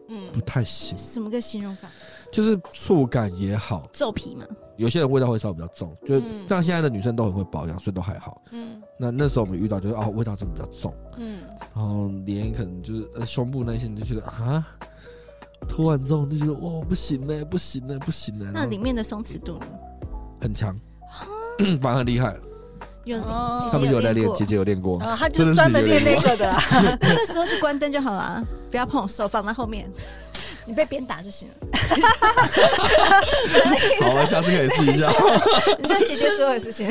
[SPEAKER 4] 嗯
[SPEAKER 2] 不太行，
[SPEAKER 3] 什么个形容法？
[SPEAKER 2] 就是触感也好，
[SPEAKER 3] 皱皮嘛，
[SPEAKER 2] 有些人味道会稍微比较重，就是、
[SPEAKER 4] 嗯
[SPEAKER 2] 但现在的女生都很会保养，所以都还好。
[SPEAKER 4] 嗯
[SPEAKER 2] 那那时候我们遇到就是哦，味道真的比较重。
[SPEAKER 4] 嗯，
[SPEAKER 2] 然后脸可能就是呃胸部那些，你就觉得啊，脱完之后你就觉得哇不行呢、不行呢、不行呢、欸然
[SPEAKER 3] 那
[SPEAKER 2] 后
[SPEAKER 3] 里面的松弛度呢？
[SPEAKER 2] 很强， 反而很厉害。
[SPEAKER 3] 有
[SPEAKER 4] 哦
[SPEAKER 3] 姐姐
[SPEAKER 2] 他们有在
[SPEAKER 3] 练
[SPEAKER 2] 练，
[SPEAKER 3] 过哦
[SPEAKER 2] 姐姐有练过，
[SPEAKER 4] 然后嗯哦他就是专门练那个的啊，
[SPEAKER 3] 这时候就关灯就好了啊，不要碰，手放在后 面，你被鞭打就行了，
[SPEAKER 2] 好啊，下次可以试一下，
[SPEAKER 3] 你就解决所有的事情。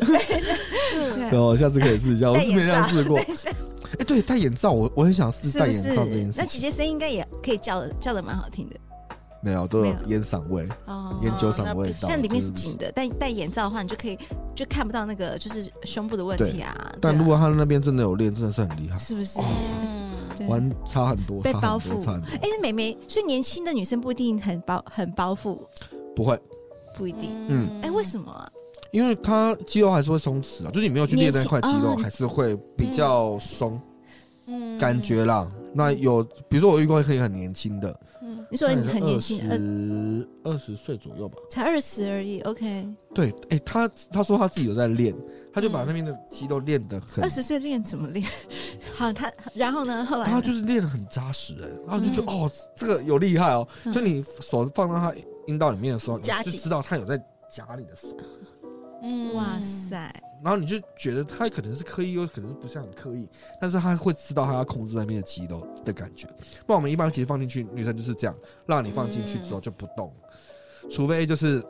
[SPEAKER 2] 对，我下次可以试一下，我
[SPEAKER 3] 戴
[SPEAKER 2] 是没
[SPEAKER 3] 眼
[SPEAKER 2] 这
[SPEAKER 3] 罩
[SPEAKER 2] 样试过。
[SPEAKER 3] 一下
[SPEAKER 2] 哎，对，戴眼罩，我我很想试
[SPEAKER 3] 是
[SPEAKER 2] 戴
[SPEAKER 3] 不
[SPEAKER 2] 眼罩这
[SPEAKER 3] 是
[SPEAKER 2] 件？事
[SPEAKER 3] 那姐
[SPEAKER 2] 情，
[SPEAKER 3] 姐声音应该也可以叫的，叫的蛮好听的
[SPEAKER 2] 没有，都有
[SPEAKER 3] 没有
[SPEAKER 2] 烟嗓味、
[SPEAKER 3] 哦。
[SPEAKER 2] 烟酒
[SPEAKER 4] 哦那
[SPEAKER 2] 嗓
[SPEAKER 4] 不
[SPEAKER 2] 味
[SPEAKER 4] 行
[SPEAKER 2] 道，
[SPEAKER 3] 但里面
[SPEAKER 2] 就是不
[SPEAKER 3] 紧
[SPEAKER 2] 行。
[SPEAKER 3] 的，但戴眼罩的话，你就可以就看不到那个就是胸部的问题啊。对
[SPEAKER 2] 但
[SPEAKER 3] 啊
[SPEAKER 2] 如果哦他那边真的有练，真的是很厉害，
[SPEAKER 3] 是不是？
[SPEAKER 4] 嗯，
[SPEAKER 3] 对
[SPEAKER 2] 玩差很多，
[SPEAKER 3] 被
[SPEAKER 2] 差
[SPEAKER 3] 包
[SPEAKER 2] 很多，
[SPEAKER 3] 覆
[SPEAKER 2] 差很多。
[SPEAKER 3] 哎，美眉，所以年轻的女生不一定很包很包覆，
[SPEAKER 2] 不会，
[SPEAKER 3] 不一定。
[SPEAKER 2] 嗯
[SPEAKER 3] 哎，为什么啊？
[SPEAKER 2] 因为它肌肉还是会松弛啊，就是你没有去练那块肌
[SPEAKER 3] 你
[SPEAKER 2] 肉，
[SPEAKER 3] 哦
[SPEAKER 2] 还是会比较松、
[SPEAKER 3] 嗯
[SPEAKER 4] 么
[SPEAKER 2] 感觉啦。那有，比如说我遇过可以很年轻的，
[SPEAKER 4] 嗯
[SPEAKER 3] 你说你很年轻，呃，
[SPEAKER 2] 十二十岁左右吧。
[SPEAKER 3] 才二十而已。OK，
[SPEAKER 2] 对，哎、他他说他自己有在练，他就把那边的肌肉练得很
[SPEAKER 3] 嗯二，十岁练怎么练？ 好，她然后呢？后来
[SPEAKER 2] 然
[SPEAKER 3] 呢
[SPEAKER 2] 后就是练得很扎实、哎，然后就觉得、
[SPEAKER 3] 嗯
[SPEAKER 2] 哦，这个有厉害哦。
[SPEAKER 3] 嗯
[SPEAKER 2] 就你手放到他阴道里面的时候，你
[SPEAKER 4] 夹
[SPEAKER 2] 就
[SPEAKER 4] 紧
[SPEAKER 2] 知道他有在夹你的手。
[SPEAKER 4] 嗯
[SPEAKER 3] 哇，塞，
[SPEAKER 2] 然后你就觉得他可能是刻意，又可能是不是很刻意，但是他会知道他要控制那边的肌肉的感觉。不然我们一般其实放进去，女生就是这样，让你放进去之后就不动，除非就是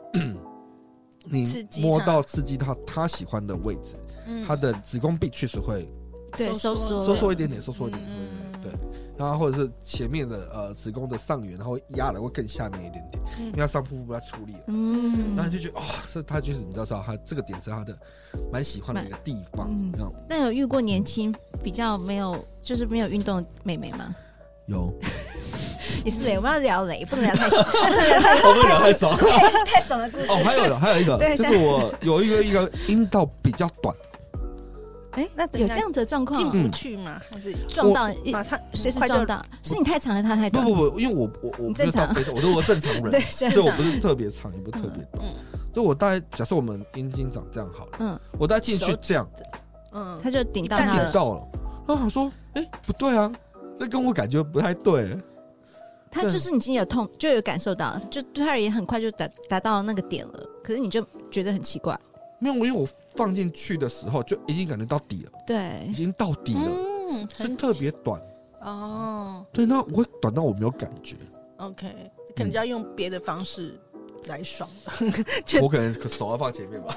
[SPEAKER 4] 刺
[SPEAKER 2] 你
[SPEAKER 4] 激
[SPEAKER 2] 摸
[SPEAKER 4] 她
[SPEAKER 2] 到刺激他他喜欢的位置，
[SPEAKER 4] 嗯
[SPEAKER 2] 他的子宫壁确实会
[SPEAKER 3] 对收缩
[SPEAKER 2] 收
[SPEAKER 3] 了
[SPEAKER 2] 缩一点点，收缩一点点，
[SPEAKER 4] 嗯
[SPEAKER 2] 对对对。然后或者是前面的呃子宫的上缘，然后压的会更下面一点点，
[SPEAKER 4] 嗯
[SPEAKER 2] 因为它上腹部在处理了。
[SPEAKER 3] 嗯
[SPEAKER 2] 然后你就觉得哦，这他就是你知道知道他这个点是他的蛮喜欢的一个地方
[SPEAKER 3] 嗯，
[SPEAKER 2] 这样
[SPEAKER 3] 那有遇过年轻比较没有，就是没有运动的妹妹吗？
[SPEAKER 2] 有。
[SPEAKER 3] 你是雷，我们要聊雷，不能聊太爽
[SPEAKER 2] 我们聊 太少了。
[SPEAKER 3] 太爽的故事。
[SPEAKER 2] 哦，还有还有一个，
[SPEAKER 3] 对
[SPEAKER 2] 就 是我有一个一个阴道比较短，
[SPEAKER 3] 哎，那有这样子的状况
[SPEAKER 4] 进
[SPEAKER 3] 哦，
[SPEAKER 4] 不去嘛，还是
[SPEAKER 3] 撞到
[SPEAKER 4] 马上
[SPEAKER 3] 随时
[SPEAKER 4] 快就
[SPEAKER 3] 撞到，是你太长了，他太
[SPEAKER 2] 不
[SPEAKER 3] 短。
[SPEAKER 2] 不不，因为我我我
[SPEAKER 3] 你
[SPEAKER 2] 不
[SPEAKER 3] 正
[SPEAKER 2] 是到
[SPEAKER 3] 常
[SPEAKER 2] 非常，我是我正常
[SPEAKER 3] 对
[SPEAKER 2] 人，，
[SPEAKER 3] 是
[SPEAKER 2] 所以
[SPEAKER 3] 很
[SPEAKER 2] 我
[SPEAKER 3] 长
[SPEAKER 2] 不。是特别长，也不是特别短
[SPEAKER 4] 嗯。
[SPEAKER 2] 所以我大概假设我们阴茎长这样好了，
[SPEAKER 3] 嗯
[SPEAKER 2] 我大概进去
[SPEAKER 4] 手
[SPEAKER 2] 这样
[SPEAKER 4] 嗯，
[SPEAKER 3] 他就顶到
[SPEAKER 4] 一
[SPEAKER 3] 他
[SPEAKER 4] 旦
[SPEAKER 2] 点
[SPEAKER 3] 了，
[SPEAKER 2] 到了，然后我想说，哎，不对啊，这跟我感觉不太对。
[SPEAKER 3] 他就是已经有痛，就有感受到，就对他而言很快就达达到那个点了。可是你就觉得很奇怪，
[SPEAKER 2] 没有，因为我放进去的时候就已经感觉到底了，
[SPEAKER 3] 对
[SPEAKER 2] 已，经到底了，
[SPEAKER 4] 嗯，
[SPEAKER 2] 是
[SPEAKER 4] 很
[SPEAKER 2] 特别短。
[SPEAKER 4] 哦
[SPEAKER 2] 对，那我会短到我没有感觉，
[SPEAKER 4] ，OK，
[SPEAKER 2] 嗯
[SPEAKER 4] 可能就要用别的方式 来爽，
[SPEAKER 2] 我可能手要放前面吧，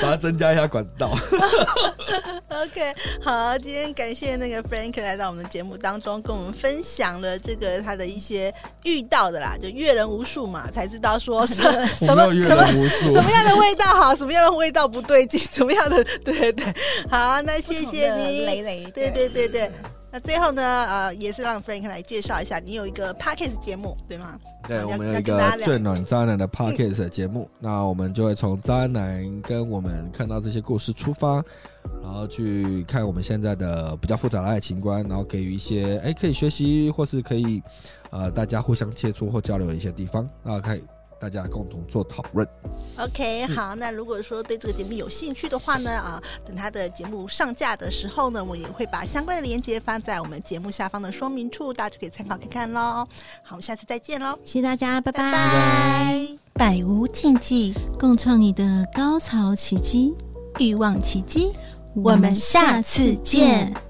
[SPEAKER 2] 把它增加一下管道。
[SPEAKER 4] OK，好，今天感谢那个 Frank 来到我们的节目当中，跟我们分享了这个他的一些遇到的啦，就阅人无数嘛，才知 道说什什么什么。
[SPEAKER 2] 无数
[SPEAKER 4] 什么样的味道好，什么样的味道不对劲，什么样的 对对，好，那谢谢你，
[SPEAKER 3] 雷雷，
[SPEAKER 4] 对对对对。
[SPEAKER 2] 嗯
[SPEAKER 4] 那最后呢，呃，也是让 Frank 来介绍一下，你有一个 podcast 节目对吗？
[SPEAKER 2] 对，我
[SPEAKER 4] 要
[SPEAKER 2] 们有
[SPEAKER 4] 要
[SPEAKER 2] 一
[SPEAKER 4] 跟大家
[SPEAKER 2] 个
[SPEAKER 4] 聊
[SPEAKER 2] 最暖渣男的 podcast 的节目，那我们就会从渣男跟我们看到这些故事出发，然后去看我们现在的比较复杂的爱情观，然后给予一些哎可以学习或是可以呃大家互相切磋或交流的一些地方，那可以大家共同做讨论。
[SPEAKER 4] OK，好，那如果说对这个节目有兴趣的话呢，啊，等他的节目上架的时候呢，我也会把相关的链接放在我们节目下方的说明处，大家就可以参考看看喽。好，我们下次再见喽，
[SPEAKER 8] 谢谢大家，拜拜。
[SPEAKER 4] 拜。百无禁忌，
[SPEAKER 8] 共创你的高潮奇迹，
[SPEAKER 4] 欲望奇迹，
[SPEAKER 8] 我们下次见。